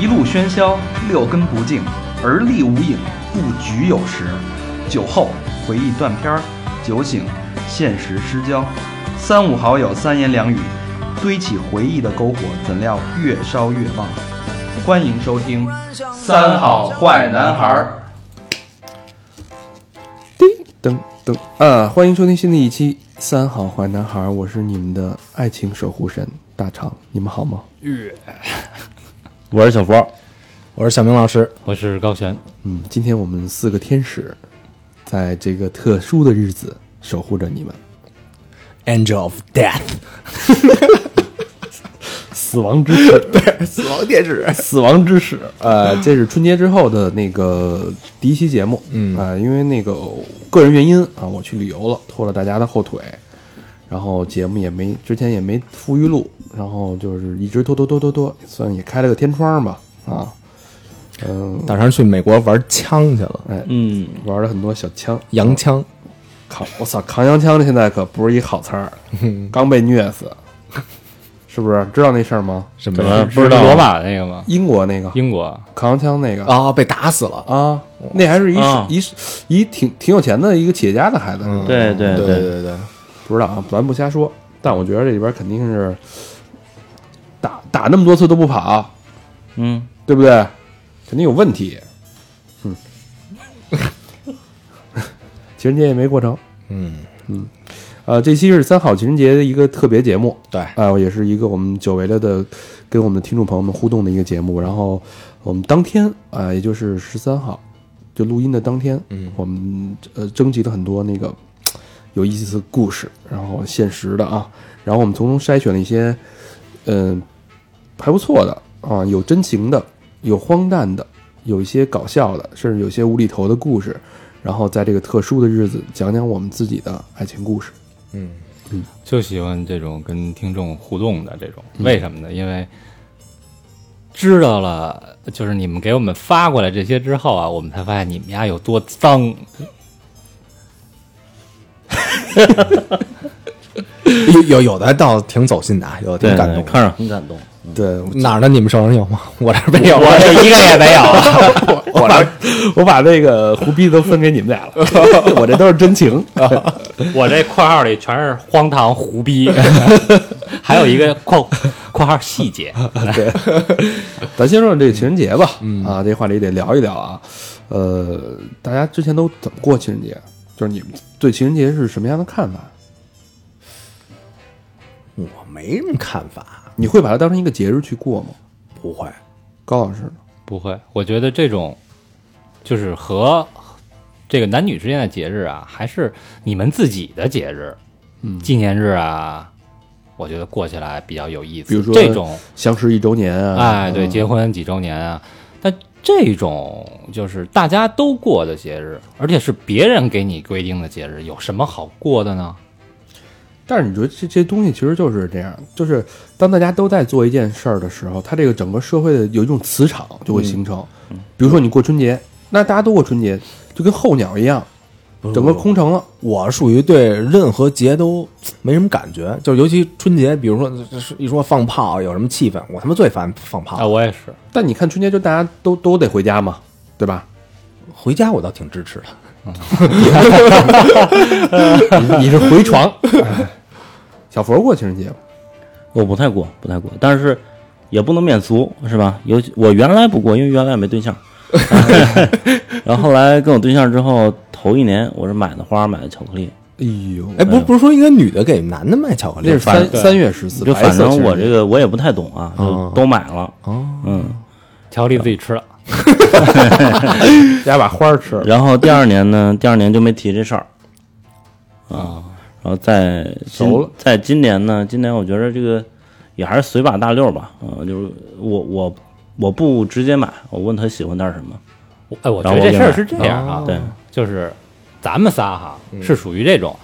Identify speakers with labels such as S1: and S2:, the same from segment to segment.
S1: 一路喧嚣，六根不净，而立无影，不局有时。酒后回忆断片儿，酒醒现实失焦。三五好友三言两语，堆起回忆的篝火，怎料越烧越旺。欢迎收听《三好坏男孩》。儿
S2: 叮噔噔啊！欢迎收听新的一期《三好坏男孩》，我是你们的爱情守护神大长，你们好吗？
S3: 我是小波，
S4: 我是小明老师，
S3: 我是高璇。
S2: 嗯，今天我们四个天使，在这个特殊的日子守护着你们。
S4: Angel of Death，
S3: 死亡之使，
S4: 死亡天使。
S3: 死亡之使。
S2: 呃，这是春节之后的那个第一期节目，嗯啊、因为那个个人原因啊，我去旅游了，拖了大家的后腿，然后节目也没之前也没富裕录，然后就是一直拖拖拖拖拖，算也开了个天窗吧啊，嗯、
S4: 大肠去美国玩枪去了，
S2: 哎，
S3: 嗯，
S2: 玩了很多小枪，
S4: 洋枪，
S2: 扛我操，扛洋枪现在可不是一好词儿，刚被虐死， 是不是？知道那事儿吗？
S4: 什
S3: 怎么不知道罗马那个吗？
S2: 英国那个
S3: 英国
S2: 扛洋枪那个
S4: 啊？被打死了。
S2: 啊，那还是一
S3: 啊
S2: 一一挺挺有钱的一个企业家的孩子，是吧
S3: 对对
S4: 嗯对对对，
S2: 不知道啊，咱不瞎说。但我觉得这里边肯定是打打那么多次都不跑，
S1: 嗯，
S2: 对不对？肯定有问题。嗯， 情人节也没过成。
S4: 嗯，
S2: 呃，这期是三好情人节的一个特别节目，
S4: 对
S2: 啊、也是一个我们久违了的跟我们的听众朋友们互动的一个节目。然后我们当天啊、也就是十三号，就录音的当天，
S4: 嗯
S2: 我们呃征集了很多那个有意思的故事，然后现实的啊，然后我们从中筛选了一些嗯、还不错的啊，有真情的，有荒诞的，有一些搞笑的，甚至有些无厘头的故事。然后在这个特殊的日子，讲讲我们自己的爱情故事。
S4: 嗯，
S3: 就喜欢这种跟听众互动的这种，为什么呢？因为知道了，就是你们给我们发过来这些之后啊，我们才发现你们家有多脏。
S4: 有有有的倒挺走心的啊，有的挺感动的。
S5: 看着很感动。
S2: 对，
S4: 哪儿的你们手上有吗？ 我这儿没有。
S3: 这一个也没有。
S2: 我把我把那个胡逼都分给你们 俩了，我这都是真情。
S3: 我这括号里全是荒唐胡逼， 还有一个括括号细节。
S2: 对，咱先说说这个情人节吧，啊，这话题得聊一聊啊。呃，大家之前都怎么过情人节？就是你们对情人节是什么样的看法？
S4: 我没什么看法，
S2: 你会把它当成一个节日去过吗？
S4: 不会。
S2: 高老师呢？
S3: 不会，我觉得这种就是和这个男女之间的节日啊，还是你们自己的节日，
S2: 嗯
S3: 纪念日啊，我觉得过起来比较有意思。
S2: 比如说
S3: 这种，
S2: 相识一周年啊，
S3: 哎，对，
S2: 嗯
S3: 结婚几周年啊，但这种就是大家都过的节日，而且是别人给你规定的节日，有什么好过的呢？
S2: 但是你觉得这这东西其实就是这样，就是当大家都在做一件事儿的时候，它这个整个社会的有一种磁场就会形成。比如说你过春节，那大家都过春节，就跟候鸟一样，整个空城了。
S4: 我属于对任何节都没什么感觉，就是尤其春节，比如说一说放炮有什么气氛，我他妈最烦放
S3: 啊，
S4: 炮。
S3: 我也是，
S2: 但你看春节就大家都都得回家嘛，对吧？
S4: 回家我倒挺支持的。
S2: 你你是回床。哎小佛过情人节吗？
S5: 我不太过，不太过，但是也不能免俗，是吧？尤其我原来不过，因为原来没 对象，然后后来跟我对象之后，头一年我是买的花，买的巧克力，
S2: 哎呦，
S4: 哎，不是不是说应该女的给男的卖巧克力
S2: 那是
S4: 吗？
S2: 三三月十四，
S5: 就
S2: 白
S5: 反
S2: 色情
S5: 正
S2: 人
S5: 我
S2: 节
S5: 这个我也不太懂啊，
S2: 嗯
S5: 就
S4: 哦
S5: 都买了。
S4: 哦，
S5: 嗯，
S3: 巧克力自己吃了，
S2: 大家把花儿吃了。
S5: 然后第二年呢，第二年就没提这 事儿啊。然后在今
S2: 熟了
S5: 在今年呢，今年我觉得这个也还是随把大溜吧，啊，就是我我我不直接买，我问他喜欢点什么，
S3: 我哎，我觉
S5: 然后
S3: 得这
S5: 我给
S3: 事儿
S5: 买
S3: 是这样
S2: 哦
S3: 啊，
S5: 对，
S3: 就是咱们仨哈，是属于这种，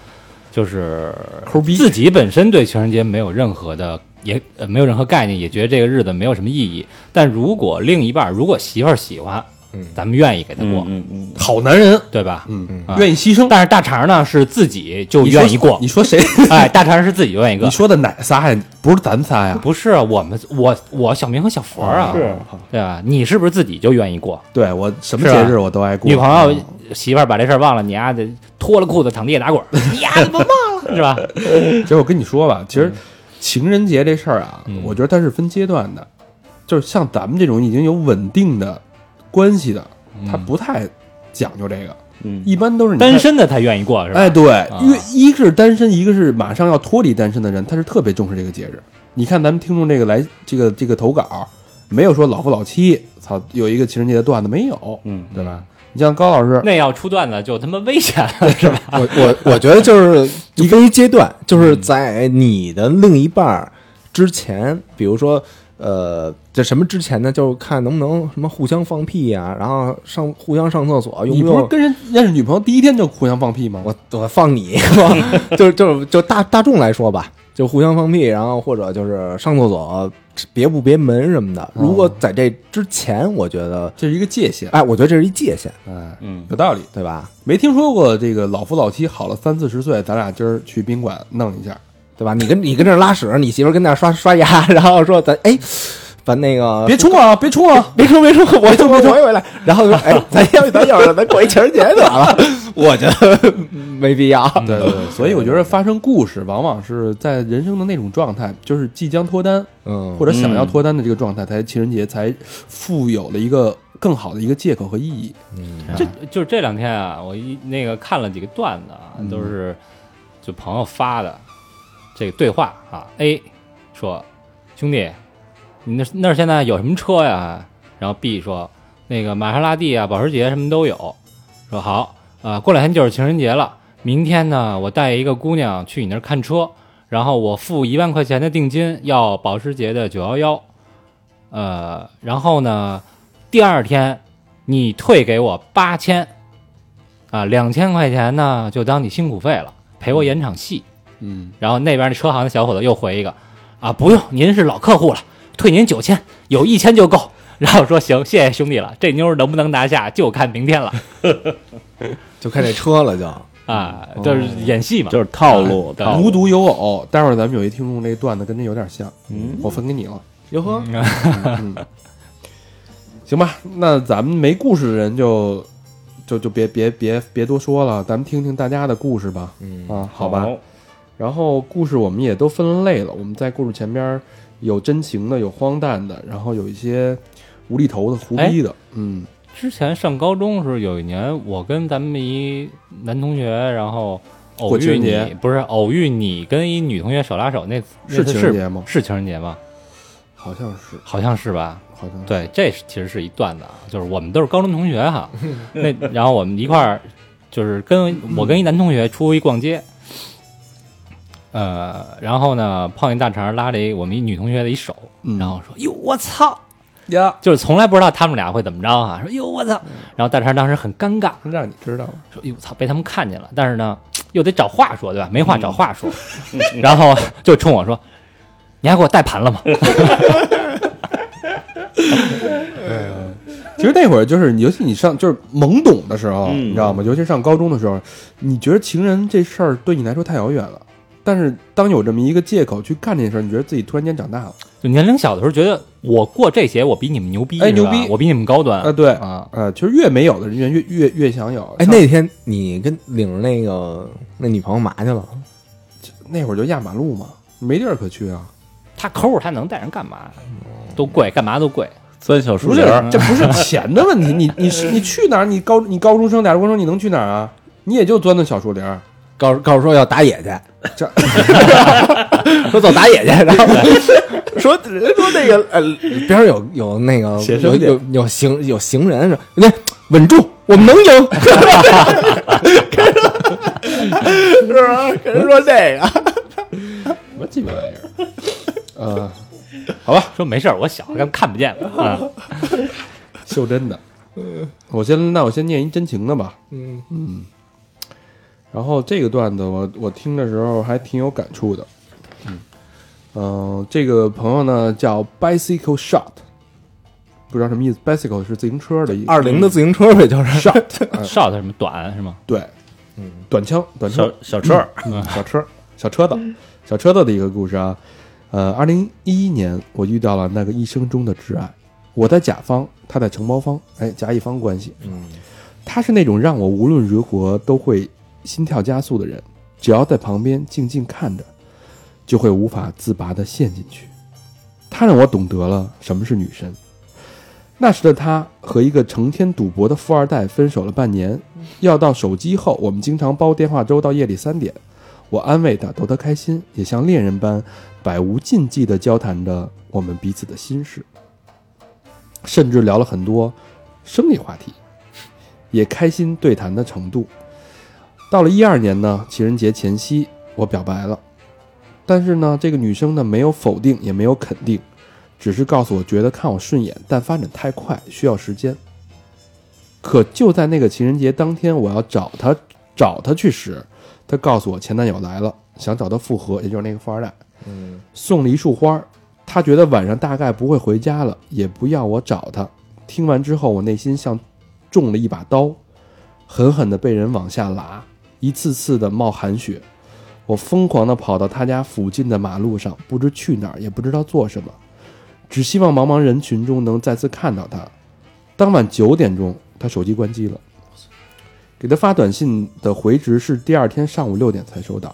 S3: 就是
S2: 嗯抠逼
S3: 自己本身对情人节没有任何的也呃没有任何概念，也觉得这个日子没有什么意义。但如果另一半儿如果媳妇儿喜欢，咱们愿意给他过，
S5: 嗯嗯，
S2: 好男人，
S3: 对吧？
S2: 嗯
S3: 啊
S2: 愿意牺牲。
S3: 但是大肠呢是自己就
S2: 你说
S3: 愿意过
S2: 你，说谁？
S3: 哎，大肠是自己愿意过
S2: 你。说的哪仨呀？不是咱仨呀？
S3: 不是啊我们，我我小明和小佛啊，
S2: 哦
S5: 是
S3: 对吧？你是不是自己就愿意过？
S2: 对我什么
S3: 是吧
S2: 节日我都爱过。
S3: 女朋友
S2: 嗯、
S3: 媳妇儿把这事儿忘了，你丫的脱了裤子躺地下打滚 儿，你丫怎么忘了是嗯吧？
S2: 其实我跟你说吧，其实情人节这事儿啊，我觉得它是分阶段的，就是像咱们这种已经有稳定的关系的，他不太讲究这个，
S5: 嗯
S2: 一般都是你看
S3: 单。身的才愿意过是吧？
S2: 哎，对，因为一个是单身，一个是马上要脱离单身的人，他是特别重视这个节日。你看咱们听众这个来这个这个投稿，没有说老夫老妻，操，有一个情人节的段子没有，
S5: 嗯，
S2: 对吧？你像高老师，
S3: 那要出段子就他妈危险了是吧？
S4: 我我我觉得就是一个一嗯阶段，就是在你的另一半儿之前，比如说呃，这什么之前呢？就是看能不能什么互相放屁呀、然后上互相上厕所，用
S2: 你
S4: 不
S2: 不是
S4: 用？
S2: 跟人认识女朋友第一天就互相放屁吗？
S4: 我我放你， 就是就是就大大众来说吧，就互相放屁，然后或者就是上厕所别不别门什么的。如果在这之前，我觉得，
S2: 这是一个界限，
S4: 哎，我觉得这是一界限，
S2: 哎，
S5: 嗯
S2: 有道理。
S4: 对吧？
S2: 没听说过这个老夫老妻好了三四十岁，咱俩今儿去宾馆弄一下，
S4: 对吧？你跟你跟这儿拉屎，你媳妇儿跟那儿刷刷牙， 然后说咱哎，咱那个
S2: 别冲啊，别冲啊！
S4: 别说别说，我就我回来，然后说哎，咱要不咱要不咱过一情人节得了？我觉得没必要。
S2: 对对对， 所以我觉得发生故事往往是在人生的那种状态，就是即将脱单
S4: 嗯
S2: 或者想要脱单的这个状态，才情人节才富有了一个更好的一个借口和意义。
S3: 这就是这两天啊，我一那个看了几个段子啊，都是就朋友发的这个对话啊。A 说：“兄弟，你那那儿现在有什么车呀？”然后 B 说：“那个玛莎拉蒂啊，保时捷什么都有。”说好啊、呃过两天就是情人节了，明天呢，我带一个姑娘去你那儿看车，然后我付一万块钱的定金，要保时捷的九幺幺，呃，然后呢，第二天你退给我八千，啊，两千块钱呢就当你辛苦费了，陪我演场戏。
S2: 嗯，
S3: 然后那边那车行的小伙子又回一个，啊，不用，您是老客户了，退您九千，有一千就够。然后说行，谢谢兄弟了，这妞儿能不能拿下就看明天了
S4: 就看这车了，就
S3: 啊，
S2: 哦
S3: 就是演戏嘛，
S5: 就是套路，
S3: 对
S5: 套
S2: 哎无
S5: 路，
S2: 独有偶，待会儿咱们有一听众那段子跟这有点像，嗯，我分给你了。嗯
S4: 哟呵，
S2: 行吧，那咱们没故事的人就就就别别别别多说了，咱们听听大家的故事吧。
S4: 嗯
S2: 啊，好吧。然后故事我们也都分类了，我们在故事前边儿有真情的，有荒诞的，然后有一些无厘头的、胡逼的。嗯，
S3: 之前上高中的时候，有一年我跟咱们一男同学，然后偶
S2: 过情
S3: 遇
S2: 人
S3: 你
S2: 节，
S3: 不是偶遇你跟一女同学手拉手那那
S2: 是
S3: 次
S2: 情人节吗？
S3: 是情人节吗？
S2: 好像是，
S3: 好像是吧？
S2: 好像是。
S3: 对，这是其实是一段子啊，就是我们都是高中同学哈，那然后我们一块儿就是跟我跟一男同学出去逛街，呃，然后呢碰见大肠拉着一我们一女同学的一手，
S2: 嗯
S3: 然后说哟我操，
S2: 呀，
S3: 就是从来不知道他们俩会怎么着啊，说哟我操，然后大肠当时很尴尬，
S2: 让你知道了。
S3: 说：“哟，操，被他们看见了。”但是呢，又得找话说，对吧？没话找话说，然后就冲我说：“你还给我带盘了吗
S2: 其实那会儿就是，尤其你上就是懵懂的时候，
S5: 嗯
S2: 你知道吗？尤其上高中的时候，你觉得情人这事儿对你来说太遥远了。但是当有这么一个借口去干这件事儿，你觉得自己突然间长大了。？”
S3: 就年龄小的时候觉得我过这些，我比你们牛逼，
S2: 哎
S3: 是
S2: 牛
S3: 吧
S2: 逼
S3: 我比你们高端
S2: 啊，对
S3: 啊！
S2: 呃，其实越没有的人越越越想有。
S4: 哎，
S2: 像
S4: 那天你跟领着那个那女朋友嘛去了？
S2: 那会儿就压马路嘛，没地儿可去啊。
S3: 他抠儿，他能带人干嘛？都贵，干嘛都贵。
S5: 钻小树
S2: 不是
S5: 林儿，，
S2: 这不 是钱的问题，你你是你去哪儿？你高你高中生、俩中生，你能去哪儿啊？你也就钻钻小树林儿。
S4: 告诉告诉说要打野去，
S2: 这
S4: 说走打野去，然后说人说那个呃边上有有那个
S2: 写
S4: 有
S2: 生去
S4: 有有行有行人说那稳住，我们能赢，是吧？跟人说这 个，
S2: 什么鸡巴玩意儿？ 呃，好吧，
S3: 说没事儿，我小，他们看不 见我。啊
S2: 嗯袖珍的。
S4: 嗯
S2: 我先，那我先念一真情的吧。嗯然后这个段子我我听的时候还挺有感触的。嗯、呃这个朋友呢叫 Bicycle Shot，不知道什么意思，bicycle 是自行车的意思，
S4: 二零的自行车呗，就是
S2: 上
S3: short 啊什么短是吗？
S2: 对，
S4: 嗯，
S2: 短枪短
S5: 小
S2: 枪
S5: 小车儿，
S2: 小车小车子小车子的一个故事啊。呃，二零一一年我遇到了那个一生中的挚爱，我在甲方，他在承包方，哎，甲乙方关系。
S4: 嗯，
S2: 他是那种让我无论如何都会心跳加速的人，只要在旁边静静看着，就会无法自拔的陷进去。他让我懂得了什么是女神。那时的他和一个成天赌博的富二代分手了半年，要到手机后，我们经常煲电话粥到夜里三点。我安慰他，逗他开心，也像恋人般百无禁忌地交谈着我们彼此的心事，甚至聊了很多生理话题。也开心对谈的程度。到了一二年呢，情人节前夕，我表白了，但是呢，这个女生呢没有否定，也没有肯定，只是告诉我觉得看我顺眼，但发展太快，需要时间。可就在那个情人节当天，我要找她找她去时，她告诉我前男友来了，想找她复合，也就是那个富二代，
S4: 嗯，
S2: 送了一束花儿。她觉得晚上大概不会回家了，也不要我找她。听完之后，我内心像中了一把刀，狠狠地被人往下拉，一次次的冒寒血。我疯狂地跑到他家附近的马路上，不知去哪儿，也不知道做什么，只希望茫茫人群中能再次看到他。当晚九点钟，他手机关机了，给他发短信的回执是第二天上午六点才收到。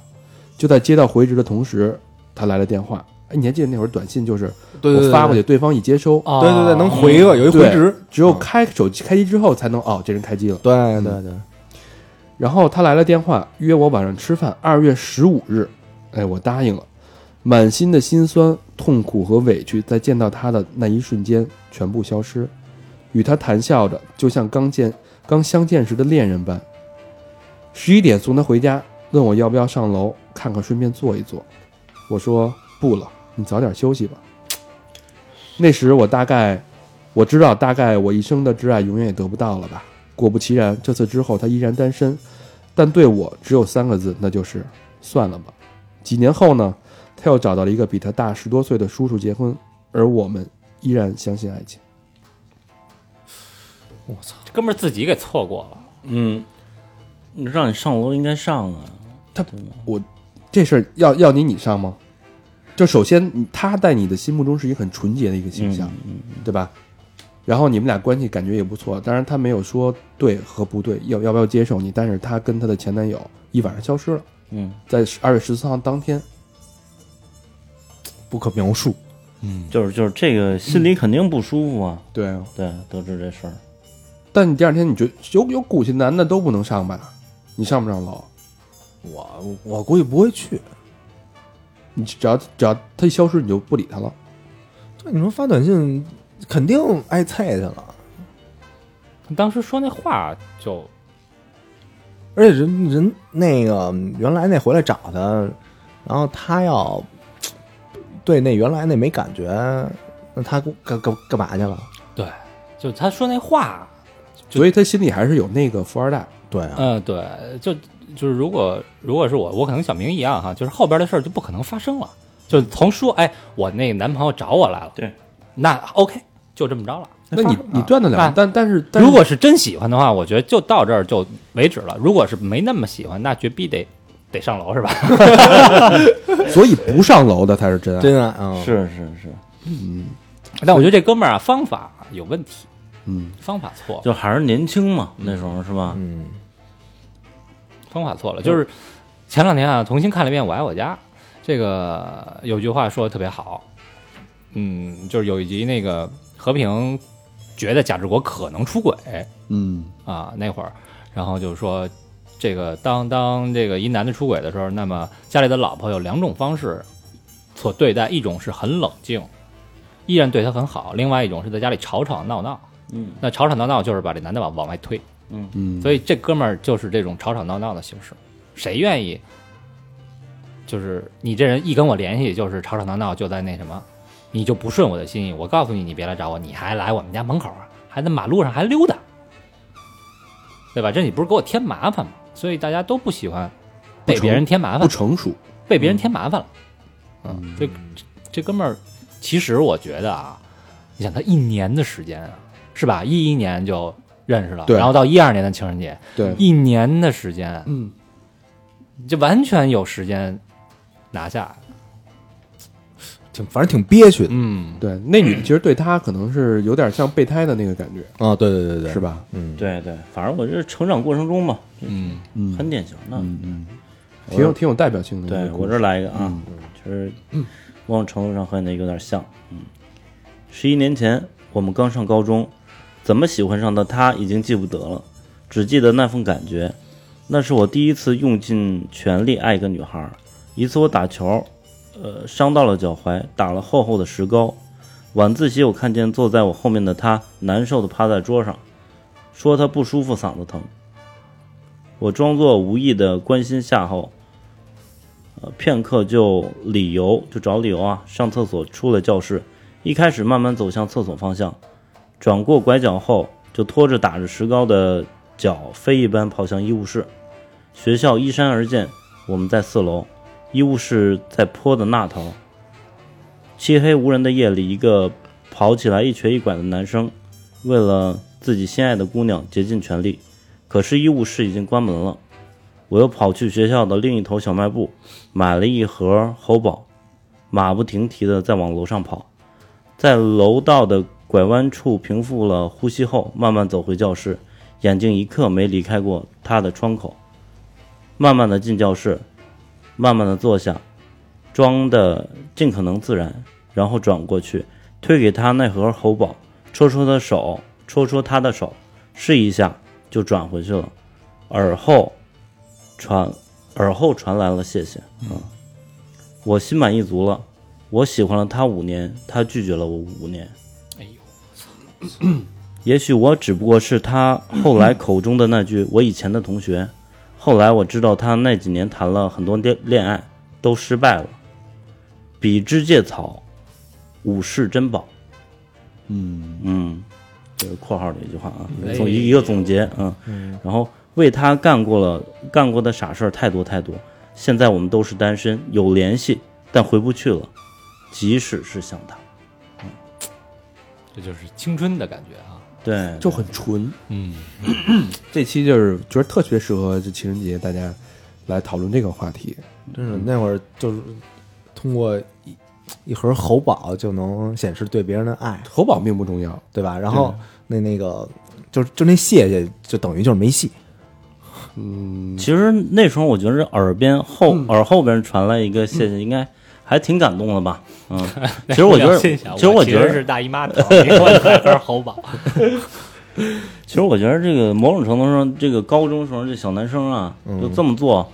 S2: 就在接到回执的同时，他来了电话。哎，你还记得那会儿短信就是
S4: 对对
S2: 我
S4: 对，
S2: 发过去，
S4: 去，
S2: 对方一接收，
S3: 哦
S4: 对对对，能回一个有一回
S2: 对
S4: 执，嗯
S2: 只有开手机开机之后才能哦，这人开机了。
S4: 对对对，
S2: 然后他来了电话，约我晚上吃饭，二月十五日，哎，我答应了。满心的心酸、痛苦和委屈，在见到他的那一瞬间全部消失，与他谈笑着，就像刚见刚相见时的恋人般。十一点送他回家，问我要不要上楼看看，顺便坐一坐。我说不了，你早点休息吧。那时我大概我知道，大概我一生的挚爱永远也得不到了吧。果不其然，这次之后他依然单身，但对我只有三个字，那就是算了吧。几年后呢，他又找到了一个比他大十多岁的叔叔结婚，而我们依然相信爱情。
S3: 这哥们儿自己给错过了。
S5: 嗯，让你上楼应该上啊，
S2: 这事儿要要你你上吗？就首先你他在你的心目中是一个很纯洁的一个形象，对吧？然后你们俩关系感觉也不错，当然他没有说对和不对，要要不要接受你，但是他跟他的前男友一晚上消失了，
S5: 嗯，
S2: 在二月十四号当天，
S4: 不可描述，
S5: 就是就是这个心里肯定不舒服啊，
S2: 对啊，
S5: 对，得知这事儿，
S2: 但你第二天你觉得有有骨气男的都不能上吧？你上不上楼？
S4: 我我估计不会去。
S2: 你只要只要他一消失，你就不理他了。
S4: 对，你说发短信肯定挨菜去了，
S3: 当时说那话就
S4: 而且人人那个原来那回来找他，然后他要对那原来那没感觉，那他干干干嘛去了？
S3: 对，就他说那话，就
S2: 所以他心里还是有那个富二代。
S4: 对啊，
S3: 嗯、对，就就是如果如果是我，我可能小明一样哈，就是后边的事儿就不可能发生了。就从说，哎，我那个男朋友找我来了，
S5: 对，
S3: 那 OK，就这么着了。
S2: 那你你断得
S3: 那
S2: 了，但但是但是
S3: 如果是真喜欢的话，我觉得就到这儿就为止了。如果是没那么喜欢，那绝逼得得上楼是吧？
S2: 所以不上楼的才是真爱。
S4: 真爱啊，
S5: 是是是，
S3: 但我觉得这哥们儿啊，方法有问题，
S2: 嗯，
S3: 方法错了，
S5: 就还是年轻嘛，那时候是吧？
S4: 嗯，
S3: 方法错了。就是前两天啊，重新看了一遍《我爱我家》，这个有句话说的特别好，嗯，就是有一集那个和平觉得贾志国可能出轨，
S2: 嗯，
S3: 啊那会儿，然后就是说，这个当当这个一男的出轨的时候，那么家里的老婆有两种方式所对待，一种是很冷静，依然对他很好；，另外一种是在家里吵吵闹闹。
S5: 嗯，
S3: 那吵吵闹闹就是把这男的往往外推。
S5: 嗯
S2: 嗯
S3: 所以这哥们儿就是这种吵吵闹闹的形式，谁愿意？就是你这人一跟我联系，就是吵吵闹闹，就在那什么，你就不顺我的心意。我告诉你，你别来找我，你还来我们家门口啊，还在马路上还溜达，对吧？这你不是给我添麻烦吗？所以大家都不喜欢被别人添麻
S2: 不
S3: 烦，
S2: 成熟。
S3: 被
S2: 嗯
S3: 别人添麻烦了。嗯，所以这这哥们儿，其实我觉得啊，你想他一年的时间啊，是吧？一一年就认识了，
S2: 对
S3: 然后到一二年的情人节，
S2: 对，
S3: 一年的时间，
S2: 嗯，
S3: 就完全有时间拿下。
S4: 挺反正挺憋屈的
S3: 嗯，
S2: 对，那女的其实对他可能是有点像备胎的那个感觉，
S4: 啊、对对对对，
S2: 是？吧？
S4: 嗯，
S5: 对对，反正我这成长过程中嘛，
S3: 嗯，
S2: 嗯，
S5: 很典型的。
S1: 嗯
S2: 挺有挺有代表性的一
S5: 对
S2: 个故事。嗯
S5: 我这儿来一个啊，其实某种程度上和你那有点像。嗯，十一年前我们刚上高中，怎么喜欢上的他已经记不得了，只记得那份感觉。那是我第一次用尽全力爱一个女孩儿。一次我打球，呃，伤到了脚踝，打了厚厚的石膏。晚自习我看见坐在我后面的他难受的趴在桌上，说他不舒服，嗓子疼。我装作无意的关心下后，呃，片刻就理由就找理由啊，上厕所出了教室，一开始慢慢走向厕所方向，转过拐角后就拖着打着石膏的脚飞一般跑向医务室。学校依山而建，我们在四楼，医务室在坡的那头。漆黑无人的夜里，一个跑起来一瘸一拐的男生，为了自己心爱的姑娘竭尽全力，可是医务室已经关门了。我又跑去学校的另一头小卖部，买了一盒猴宝，马不停蹄地在往楼上跑，在楼道的拐弯处平复了呼吸后，慢慢走回教室，眼睛一刻没离开过他的窗口，慢慢的进教室，慢慢的坐下，装的尽可能自然，然后转过去推给他那盒猴宝，戳戳他手，戳戳他的手，试一下就转回去了，耳后传耳后传来了谢谢，嗯，我心满意足了，我喜欢了他五年，他拒绝了我五年，
S3: 哎呦，
S5: 也许我只不过是他后来口中的那句“我以前的同学”。后来我知道他那几年谈了很多恋恋爱，都失败了。比之芥草，五世珍宝。嗯嗯，这个括号里一句话啊，
S3: 哎
S5: 总一一个总结啊。
S3: 嗯
S5: 然后为他干过了干过的傻事儿太多太多，现在我们都是单身，有联系，但回不去了。即使是想他，
S3: 这就是青春的感觉啊。
S5: 对，
S2: 就很纯。
S3: 嗯，
S2: 这期就是觉得特别适合这情人节大家来讨论这个话题。
S4: 真是那会儿就是通过一一盒猴宝就能显示对别人的爱，
S2: 投保并不重要，
S4: 对吧？然后那那个就就那谢谢，就等于就是没戏。
S5: 嗯其实那时候我觉得耳边后、
S2: 嗯
S5: 耳后边传来一个谢谢，应该还挺感动的吧？嗯， 其实我觉得，
S3: 心想
S2: 啊
S5: 其实我
S3: 我
S5: 觉得
S3: 是大姨妈疼，你给我来盒猴 宝。
S5: 其实我觉得这个某种程度上，这个高中时候这小男生啊，
S2: 嗯
S5: 就这么做，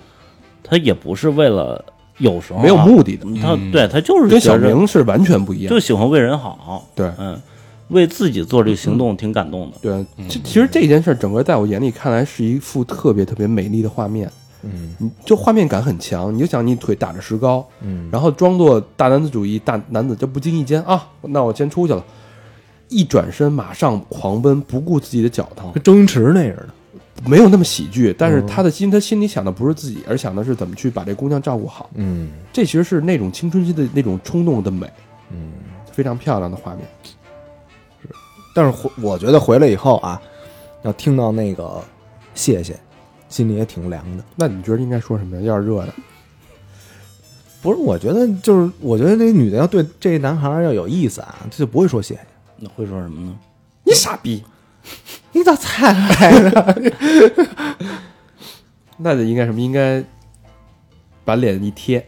S5: 他也不是为了有时候啊、
S2: 没有目的的，
S5: 他对他就是
S2: 跟小
S5: 觉着
S2: 明是完全不一样
S5: 就。喜欢为人好，
S2: 对嗯
S5: 嗯，为自己做这个行动挺感动的，
S2: 对，
S4: 嗯
S2: 这其实这件事儿整个在我眼里看来是一幅特别特别美丽的画面，
S4: 嗯
S2: 你就画面感很强。你就想你腿打着石膏，
S4: 嗯，
S2: 然后装作大男子主义大男子，就不经意间啊，那我先出去了，一转身马上狂奔，不顾自己的脚疼，
S4: 跟周星驰那似的。
S2: 没有那么喜剧。但
S4: 嗯
S2: 是他的心，他心里想的不是自己，而想的是怎么去把这姑娘照顾好。
S4: 嗯
S2: 这其实是那种青春期的那种冲动的美，
S4: 嗯，
S2: 非常漂亮的画面。
S4: 但是回我觉得回来以后啊，要听到那个谢谢，心里也挺凉的。
S2: 那你觉得应该说什么呀？要是热的，
S4: 不是，我觉得就是，我觉得那女的要对这男孩儿要有意思啊，她就不会说谢谢。
S5: 那会说什么呢？
S2: 你傻逼，
S4: 你咋才来呢？
S2: 那得应该什么？应该把脸一贴，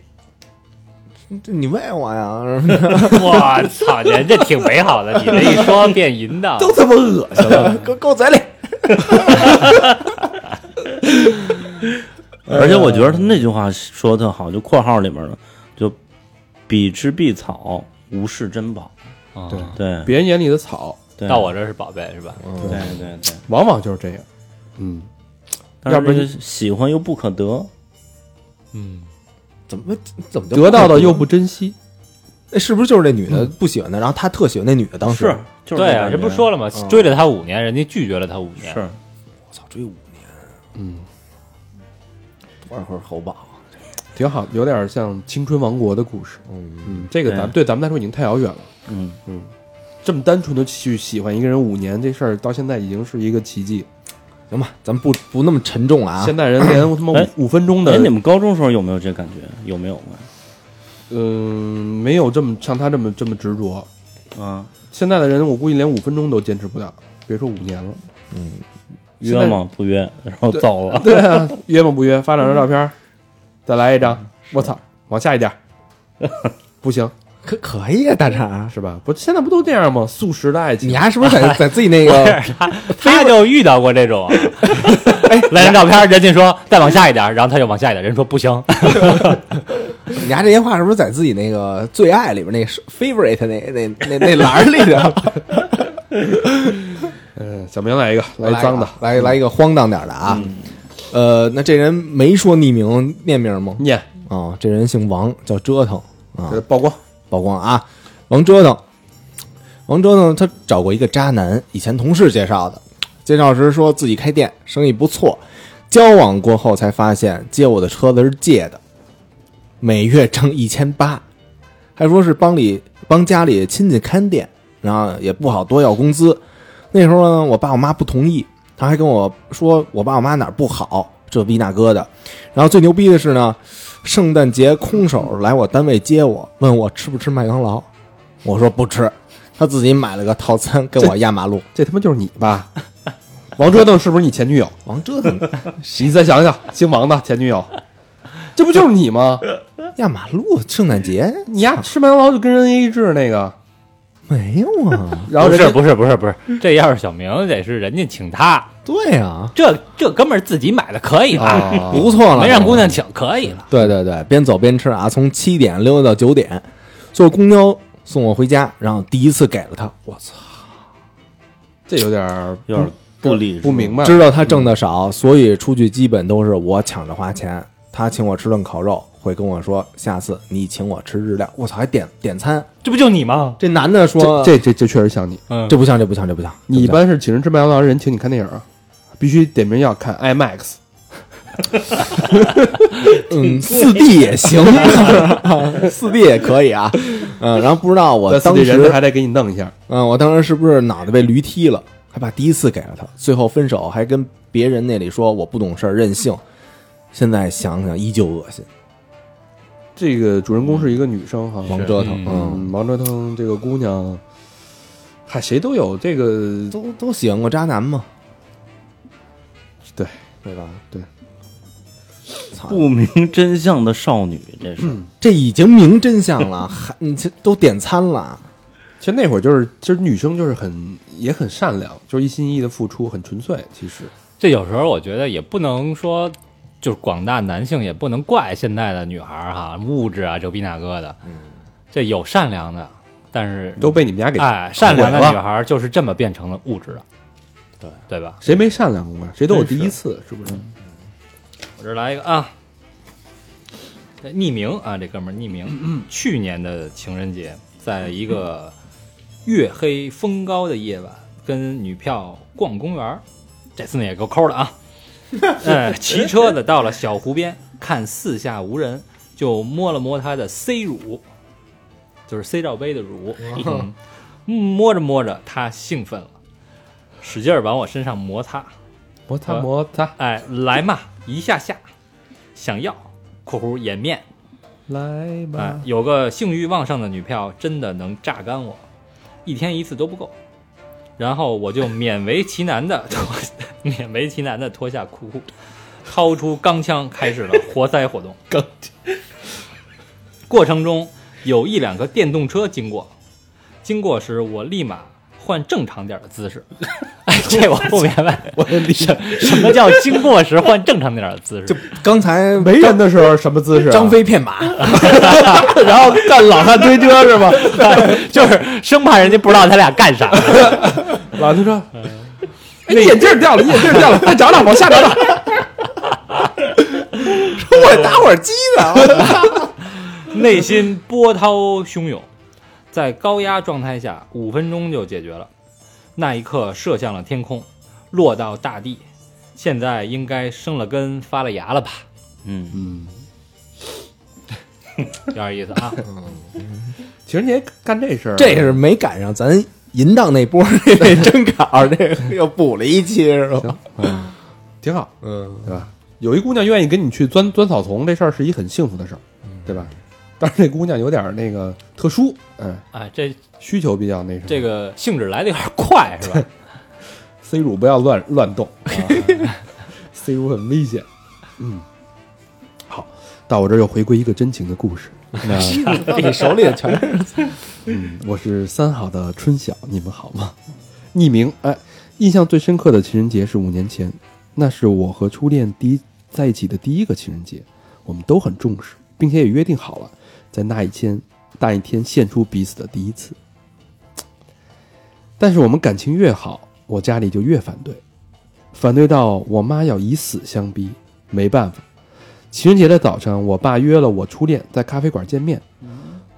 S5: 嗯
S4: 这你喂我呀？
S3: 我操，人这挺美好的，你这一说变淫荡。
S2: 都他妈恶心了。
S4: 给我给我嘴里。
S5: 而且我觉得他那句话说的特好，就括号里面的，就彼之必草，无是珍宝，
S3: 啊
S5: 对
S2: 别人眼里的草，
S5: 对，
S3: 到我这是宝贝是吧？
S5: 对
S4: 嗯
S5: 对对，
S2: 往往就是这样。嗯，
S5: 但是
S2: 要不然
S5: 这个喜欢又不可得，
S3: 嗯，
S4: 怎么怎么就
S2: 得到的又不珍惜。
S4: 哎是不是就是这女的不喜欢他，然后他特喜欢那女的？当时
S5: 是就是
S3: 对啊，
S5: 这
S3: 这不
S5: 说。
S3: 说了吗？追了他五年，人家拒绝了他五年。
S5: 是，
S4: 我操，追五年，嗯，多少盒猴宝？
S2: 挺好，有点像《青春王国》的故事。
S5: 哦
S4: 嗯，
S2: 嗯，这个咱
S5: 对
S2: 对咱们来说已经太遥远了。
S5: 嗯
S2: 嗯，这么单纯的去喜欢一个人五年这事儿，到现在已经是一个奇迹。
S4: 行吧，咱们不不那么沉重了啊。
S2: 现在人 连他妈
S5: 哎
S2: 五五分钟
S5: 哎，你
S2: 的，
S5: 们高中时候有没有这感觉？有没有过？
S2: 嗯，没有这么像他这么这么执着。
S5: 啊，
S2: 现在的人，我估计连五分钟都坚持不了，别说五年了。现在
S5: 约吗？不约，然后走了。
S2: 对啊，约吗？不约？发两张照片儿，再来一张。我操，往下一点儿，不行
S4: 可可以啊，大肠，
S2: 是吧？不，现在不都这样吗？速食的爱情
S4: 你，还是不是 在在自己那个？
S3: 他就遇到过这 种，
S5: 哎
S3: 来张照片，人家说再往下一点，然后他就往下一点，人说不行，
S4: 你还这些话是不是在自己那个最爱里边那 favorite 那那那那栏儿里的？
S2: 嗯，小明来一个，来一脏的，
S4: 来来一个荒诞点儿的啊。呃，那这人没说匿名念名吗？
S2: 念
S4: 哦，这人姓王，叫折腾啊，
S2: 呃曝光，
S4: 曝光啊，王折腾，王折腾，他找过一个渣男，以前同事介绍的，介绍时说自己开店，生意不错，交往过后才发现借我的车子是借的，每月挣一千八，还说是帮里帮家里亲戚看店，然后也不好多要工资。那时候呢，我爸我妈不同意，他还跟我说我爸我妈哪儿不好，这逼那哥的。然后最牛逼的是呢，圣诞节空手来我单位接我，问我吃不吃麦当劳，我说不吃，他自己买了个套餐跟我压马路。
S2: 这他妈就是你吧？ 王折腾是不是你前女友？
S4: 王 折腾
S2: 你再想想，姓王的前女友，这不就是你吗？
S4: 压马路，圣诞节
S2: 你呀，吃麦当劳就跟人 A 制那个，
S4: 没有啊？
S2: 然后
S3: 不
S2: 人家
S3: 是不是不是不是，这要是小明得是人家请他，
S4: 对啊，
S3: 这这哥们儿自己买的可以了，
S2: 啊，
S4: 不错了，
S3: 哦 没让姑娘请可以了，
S4: 对对对，边走边吃啊，从七点溜达到九点，坐公交送我回家，然后第一次给了他，我操，
S2: 这有点儿
S5: 有点不理智
S2: 不明白。
S4: 知道他挣的少，所以出去基本都是我抢着花钱。他请我吃顿烤肉，会跟我说下次你请我吃日料，我操，还点点餐。
S3: 这不就你吗？
S4: 这男的说
S2: 这这这这确实像你，
S3: 嗯，
S4: 这不像，这不像，这不像，
S2: 你一
S4: 这不像
S2: 般是请人吃麦当劳，人请你看电影啊，必须点名要看 IMAX。
S4: 嗯四 D 也行， 四 D 也可以啊。嗯，然后不知道我
S2: 但
S4: 当
S2: 四 D
S4: 时
S2: 人还得给你弄一下，
S4: 嗯，我当时是不是脑袋被驴踢了？还把第一次给了他，最后分手还跟别人那里说我不懂事儿任性。现在想想依旧恶心，
S2: 这个主人公是一个女生哈，
S4: 王折腾，嗯，
S2: 嗯，王哲腾这个姑娘，嗨，谁都有这个，
S4: 都都喜欢过渣男嘛，
S2: 对
S4: 对吧？
S2: 对，
S4: 操，
S5: 不明真相的少女，这是
S4: 这已经明真相了，还你这都点餐了，
S2: 其实那会儿就是，其实女生就是很也很善良，就是一心一意的付出，很纯粹。其实
S3: 这有时候我觉得也不能说，就是广大男性也不能怪现在的女孩儿哈，物质啊，这逼那哥的，这有善良的，但是
S2: 都被你们家给
S3: 哎，善良的
S2: 毁了
S3: 女孩儿就是这么变成了物质的，对对吧？
S2: 谁没善良过？谁都有第一次，是不是？
S4: 嗯
S3: 我这儿来一个啊，这匿名啊，这哥们儿匿名。去年的情人节，在一个月黑风高的夜晚，跟女票逛公园儿，这次呢也够抠的啊。呃，骑车子到了小湖边，看四下无人，就摸了摸她的 C 乳，就是 C 罩杯的乳。嗯摸着摸着，她兴奋了，使劲儿往我身上摩擦。
S2: 摩擦摩擦，
S3: 哎，来嘛，一下下，想要（括弧颜面
S2: 来）
S3: 哎
S2: 吧，，
S3: 有个性欲旺盛的女票真的能榨干我，一天一次都不够。然后我就勉为其难的 脱，勉为其难的脱下裤裤，掏出钢枪开始了活塞活动。钢过程中有一两个电动车经过，经过时我立马换正常点儿的姿势。 哎，这我不明白，我理什什么叫经过时换正常点儿的姿势？
S4: 就刚才
S2: 没人的时候什么姿势啊？
S4: 张飞骗马，
S2: 然后干老汉推车是吧？
S3: 就是生怕人家不知道他俩干啥。
S2: 老汉推车，哎，眼镜掉 了，眼镜掉了，再找找，往下找找。
S4: 我打火机 呢，
S3: 内心波涛汹涌，在高压状态下，五分钟就解决了。那一刻射向了天空，落到大地。现在应该生了根、发了芽了吧？
S5: 嗯，
S3: 有点意思啊！
S2: 嗯情人节干这事儿，啊
S4: 这是没赶上咱淫荡那波那那征稿，这又补了一期是吧？
S2: 挺好，
S4: 嗯，
S2: 对吧？有一姑娘愿意跟你去钻钻草丛，这事儿是一很幸福的事儿，对吧？但是这姑娘有点儿那个特殊，嗯，
S3: 啊，这
S2: 需求比较那什么。
S3: 这个性质来的有点快，是吧？
S2: C 乳不要乱乱动、啊、，C 乳很危险。嗯，好，到我这儿又回归一个真情的故事。那
S4: 你手里的全是
S2: 嗯，我是三好的春晓，你们好吗？匿名，哎，印象最深刻的情人节是五年前，那是我和初恋第一在一起的第一个情人节，我们都很重视，并且也约定好了，在那一天那一天献出彼此的第一次。但是我们感情越好，我家里就越反对，反对到我妈要以死相逼，没办法。情人节的早上，我爸约了我初恋在咖啡馆见面，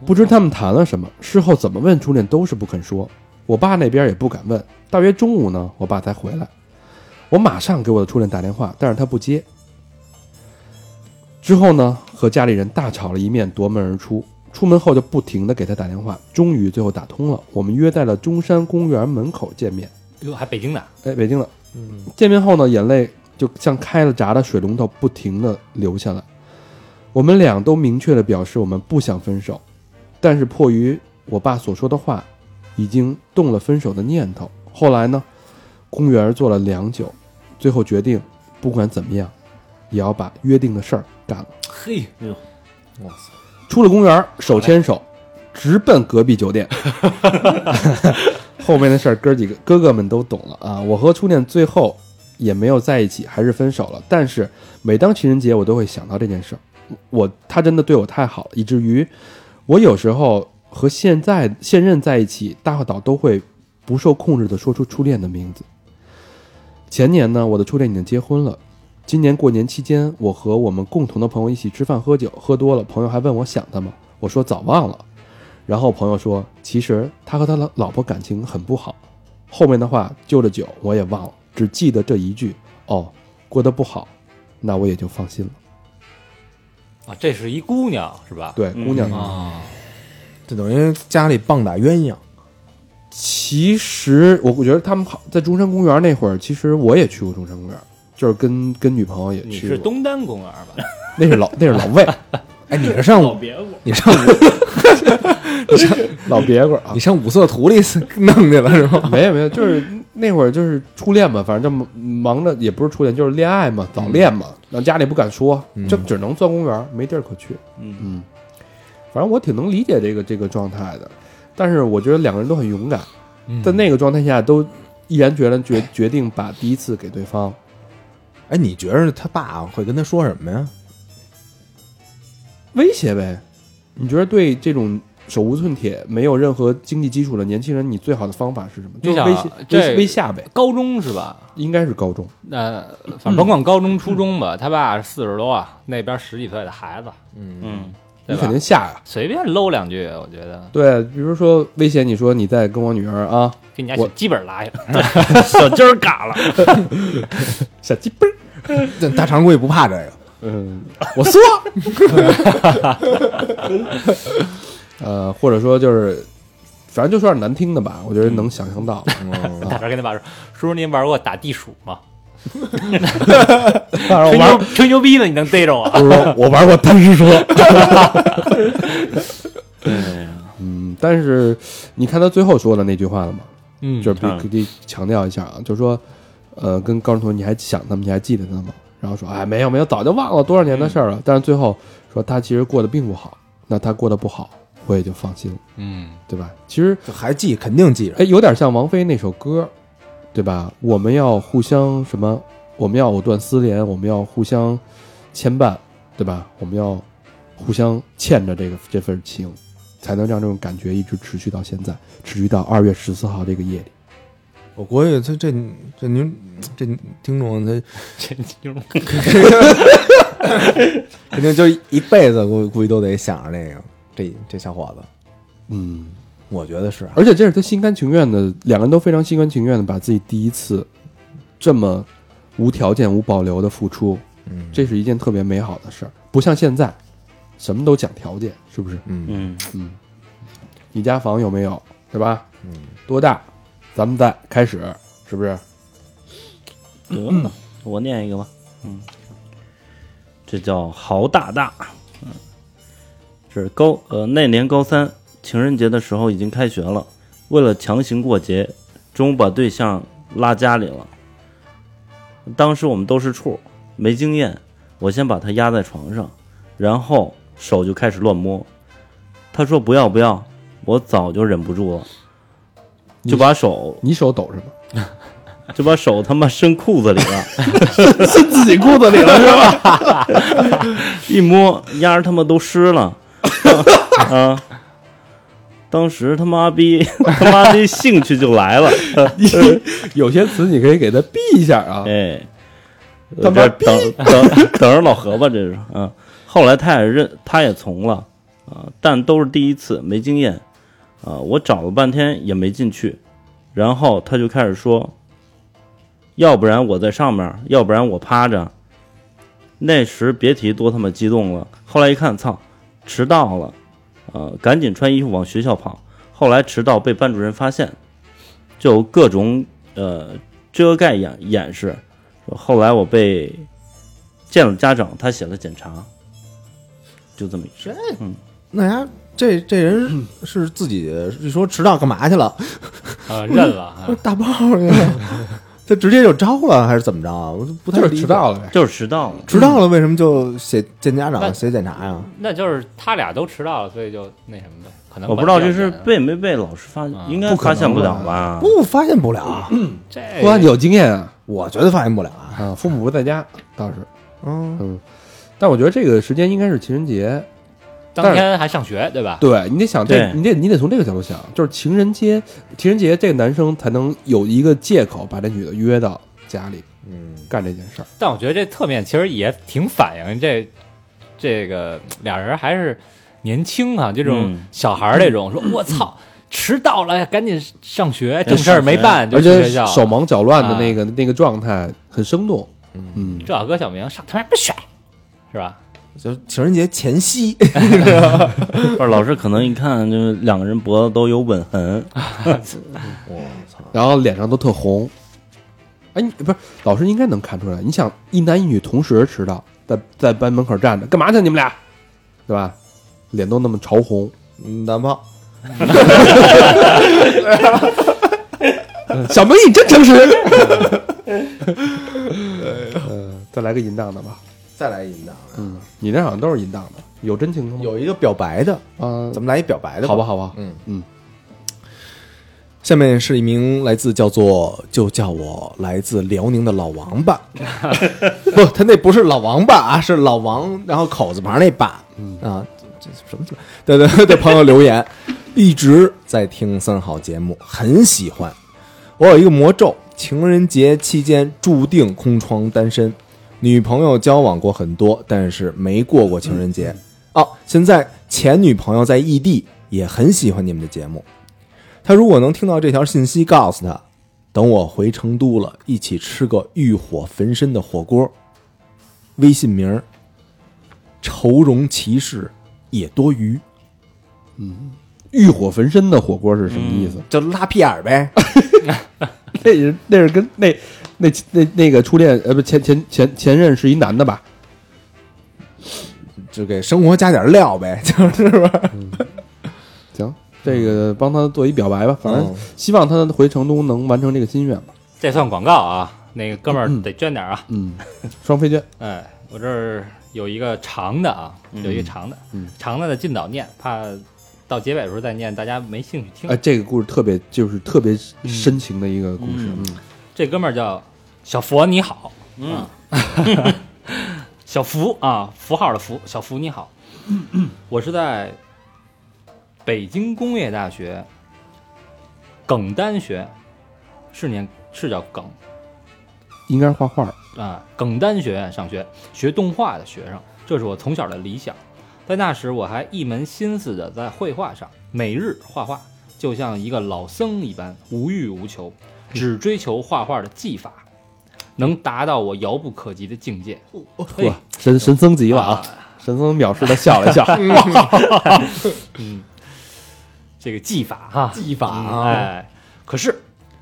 S2: 不知他们谈了什么，事后怎么问初恋都是不肯说。我爸那边也不敢问。大约中午呢，我爸才回来。我马上给我的初恋打电话，但是他不接。之后呢，和家里人大吵了一面，夺门而出。出门后就不停的给他打电话，终于最后打通了。我们约在了中山公园门口见面。
S3: 哟，还北京的，
S2: 哎，北京了。见面后呢，眼泪就像开了闸的水龙头，不停的流下来。我们俩都明确的表示我们不想分手，但是迫于我爸所说的话，已经动了分手的念头。后来呢，公园儿坐了良久，最后决定不管怎么样，也要把约定的事儿干了。
S3: 嘿，
S2: 出了公园，手牵手，直奔隔壁酒店。后面的事儿，哥几个哥哥们都懂了啊。我和初恋最后也没有在一起，还是分手了。但是每当情人节，我都会想到这件事儿。我他真的对我太好了，以至于我有时候和现在现任在一起，大岛都会不受控制的说出初恋的名字。前年呢，我的初恋已经结婚了，今年过年期间，我和我们共同的朋友一起吃饭喝酒，喝多了，朋友还问我想他吗？我说早忘了。然后朋友说，其实他和他老老婆感情很不好。后面的话就着酒我也忘了，只记得这一句：哦，过得不好，那我也就放心了。
S3: 啊，这是一姑娘是吧？
S2: 对，姑娘，
S3: 啊，
S4: 这等于家里棒打鸳鸯，
S2: 其实我我觉得他们好在中山公园那会儿，其实我也去过中山公园，就是跟跟女朋友也
S3: 你
S2: 去
S3: 是
S2: 过。
S3: 东单公园吧？
S2: 那是老那是老 魏
S4: 哎，你是上
S5: 别我
S4: 你上
S2: 老别过啊
S4: 你，上五色图里弄去了是吗？
S2: 没有没有，就是那会儿就是初恋嘛，反正就忙忙着，也不是初恋，就是恋爱嘛，早恋
S3: 嗯
S2: 嘛，然后家里不敢说，就只能钻公园，没地儿可去。
S5: 嗯
S2: 反正我挺能理解这个这个状态的，但是我觉得两个人都很勇敢，
S3: 嗯
S2: 在那个状态下都毅然决然决 决定把第一次给对方。
S4: 哎，你觉着他爸会跟他说什么呀？
S2: 威胁呗。你觉得对这种手无寸铁、没有任何经济基础的年轻人，你最好的方法是什么？就是
S3: 你想
S2: 威胁
S3: 啊、这
S2: 威威吓呗，
S3: 高中是吧？
S2: 应该是高中。
S3: 那呃反正甭管高中、初中吧，他爸四十多啊，那边十几岁的孩子，
S5: 嗯，
S2: 你
S3: 对
S2: 肯
S3: 吧
S2: 定？吓呀。
S3: 随便搂两句，我觉得
S2: 对，比如说威胁你说你再跟我女儿啊，
S3: 给你家
S2: 我
S3: 小鸡本拉下来，
S5: 小鸡儿嘎了，
S2: 小鸡嘣儿，
S4: 这大长贵不怕这 个，
S2: 嗯，我说， 呃，或者说就是，反正就是有点难听的吧，我觉得能想象到。
S3: 打边跟他爸说：“叔叔，您玩过打地鼠吗？
S2: 但是我
S3: 吹牛
S2: 玩，
S3: 吹牛逼呢，你能逮着我？
S2: 我说我玩过贪吃蛇。嗯，但是你看他最后说的那句话了吗？
S3: 嗯
S2: 就是
S5: 嗯
S2: 必须强调一下啊，就是说，呃，跟高中同学你还想他们，你还记得他们吗？然后说，哎，没有没有，早就忘了多少年的事儿了。
S3: 嗯
S2: 但是最后说他其实过得并不好，那他过得不好，我也就放心了，
S3: 嗯，
S2: 对吧？其实，
S4: 这还记肯定记着
S2: 哎，有点像王菲那首歌，对吧？我们要互相什么？我们要藕断丝连，我们要互相牵绊，对吧？我们要互相欠着这个这份情，才能让这种感觉一直持续到现在，持续到二月十四号这个夜里。
S4: 我估计他这这您这听 众他
S3: 这这种
S4: 肯定就一辈子估估计都得想着这个这这小伙子，
S2: 嗯。
S4: 我觉得是
S2: 而且这是他心甘情愿的，两个人都非常心甘情愿的把自己第一次这么无条件、无保留的付出，
S4: 嗯
S2: 这是一件特别美好的事儿，不像现在什么都讲条件，是不是？
S4: 嗯
S5: 嗯，
S2: 你家房有没有？对吧？嗯，多大？咱们再开始，是不是？
S5: 得了，我念一个吧。嗯，这叫豪大大。嗯，是高呃那年高三情人节的时候已经开学了，为了强行过节，中午把对象拉家里了。当时我们都是处，没经验，我先把他压在床上，然后手就开始乱摸。他说不要不要，我早就忍不住了，就把手
S2: 你手抖什 么？
S5: 就把手他妈伸裤子里了。
S2: 自己裤子里 了是吧？
S5: 一摸，丫儿他妈都湿了，啊！当时他妈逼 他妈的兴趣就来了，
S2: 有些词你可以给他避一下啊。
S5: 哎，
S2: 他
S5: 我
S2: 妈
S5: 呃这等等等着老何吧，这是啊。后来他也认，他也从了啊，但都是第一次，没经验啊。我找了半天也没进去，然后他就开始说，要不然我在上面，要不然我趴着。那时别提多他妈激动了。后来一看，操，迟到了，呃，赶紧穿衣服往学校跑。后来迟到被班主任发现，就有各种呃遮盖掩掩饰。后来我被见了家长，他写了检查，就这么一事。
S4: 那呀，这这
S2: 嗯
S4: 人是自己是说迟到干嘛去了？
S3: 啊，认了啊
S4: 不是大炮 去了，他直接就招了还是怎么着啊？我就不太
S2: 就是
S4: 理解
S2: 迟到了呗。
S5: 就是迟到了，
S4: 迟到了为什么就写见家长
S2: 嗯
S3: 那
S4: 写检查呀？
S3: 那就是他俩都迟到了，所以就那什么呗。可能
S5: 我不知道
S3: 管
S5: 这
S3: 比较
S5: 是
S3: 严啊
S5: 被没被老师发现
S3: 啊，
S5: 应该
S4: 不可
S5: 发
S4: 能
S5: 现不
S4: 吧
S5: 了
S2: 嗯
S5: 吧？
S4: 不发现不了，啊
S3: 这
S2: 哇，你有经验啊
S4: 我觉得发现不了啊。
S2: 哎啊！父母不在家倒是，
S4: 嗯，
S2: 嗯，但我觉得这个时间应该是情人节。
S3: 当天还上学对吧？
S2: 对你得想这，
S5: 对
S2: 你得你得从这个角度想，就是情人节，情人节这个男生才能有一个借口把这女的约到家里，嗯，干这件事儿。
S3: 但我觉得这侧面其实也挺反映这这个俩人还是年轻啊，这种
S5: 嗯
S3: 小孩儿这种、说“我操，迟到了，赶紧哎上学，正事儿没办就
S2: 而
S3: 去
S2: 且
S3: 学校了”。
S2: 手忙脚乱的那个、那个状态很生动，啊嗯，
S3: 这小哥小明上他妈不选，是吧？
S4: 就是情人节前夕，
S5: 不是老师可能一看就两个人脖子都有吻痕，
S2: 然后脸上都特红。哎，你不是老师应该能看出来，你想一男一女同时迟到，在在班门口站着，干嘛去你们俩？对吧？脸都那么潮红，
S4: 嗯，大炮，
S2: 嗯小明你真诚 实。嗯，再来个淫荡的吧。
S4: 再来一档，
S2: 嗯，你那好像都是淫荡的，有真情的吗？
S4: 有一个表白的，
S2: 啊，
S4: 咱们来一表白的，
S2: 好吧，？好吧，
S4: 嗯
S2: 嗯，
S4: 下面是一名来自叫做就叫我来自辽宁的老王八，不，他那不是老王八啊，是老王，然后口字旁那把，啊，这这什么字？ 对对对，朋友留言，一直在听三好节目，很喜欢。我有一个魔咒，情人节期间注定空窗单身，女朋友交往过很多，但是没过过情人节。哦，现在前女朋友在异地，也很喜欢你们的节目。他如果能听到这条信息，告诉他，等我回成都了，一起吃个欲火焚身的火锅。微信名儿：愁容骑士野多余，
S2: 欲火焚身的火锅是什么意思？
S4: 就拉屁眼儿呗。
S2: 嗯 那是那是跟那那那那个初恋呃不前前前前任是一男的吧？
S4: 就给生活加点料呗，就是不是？
S2: 行，哦这个帮他做一表白吧，反正
S4: 嗯
S2: 希望他回成都能完成这个心愿吧。
S3: 这算广告啊！那个哥们儿得捐点啊！
S2: 嗯，双飞娟，
S3: 哎，我这儿有一个长的啊，有一个长的，长的呢尽早念，怕到结尾的时候再念，大家没兴趣听。
S2: 哎，这个故事特别就是特别深情的一个故事。嗯，
S3: 这哥们儿叫小佛，你好，嗯， 小福啊，符号的符，小福你好，我是在北京工业大学耿丹学，是念是叫耿
S2: 应该是画画，
S3: 啊，耿丹学院上学，学动画的学生，这是我从小的理想。在那时，我还一门心思的在绘画上，每日画画，就像一个老僧一般，无欲无求，只追求画画的技法，能达到我遥不可及的境界。嘿
S2: 哇，神神僧啊 嗯急了啊！神僧藐视的笑了笑，
S3: 嗯，这个技法哈、
S4: 技法啊
S3: 哎，可是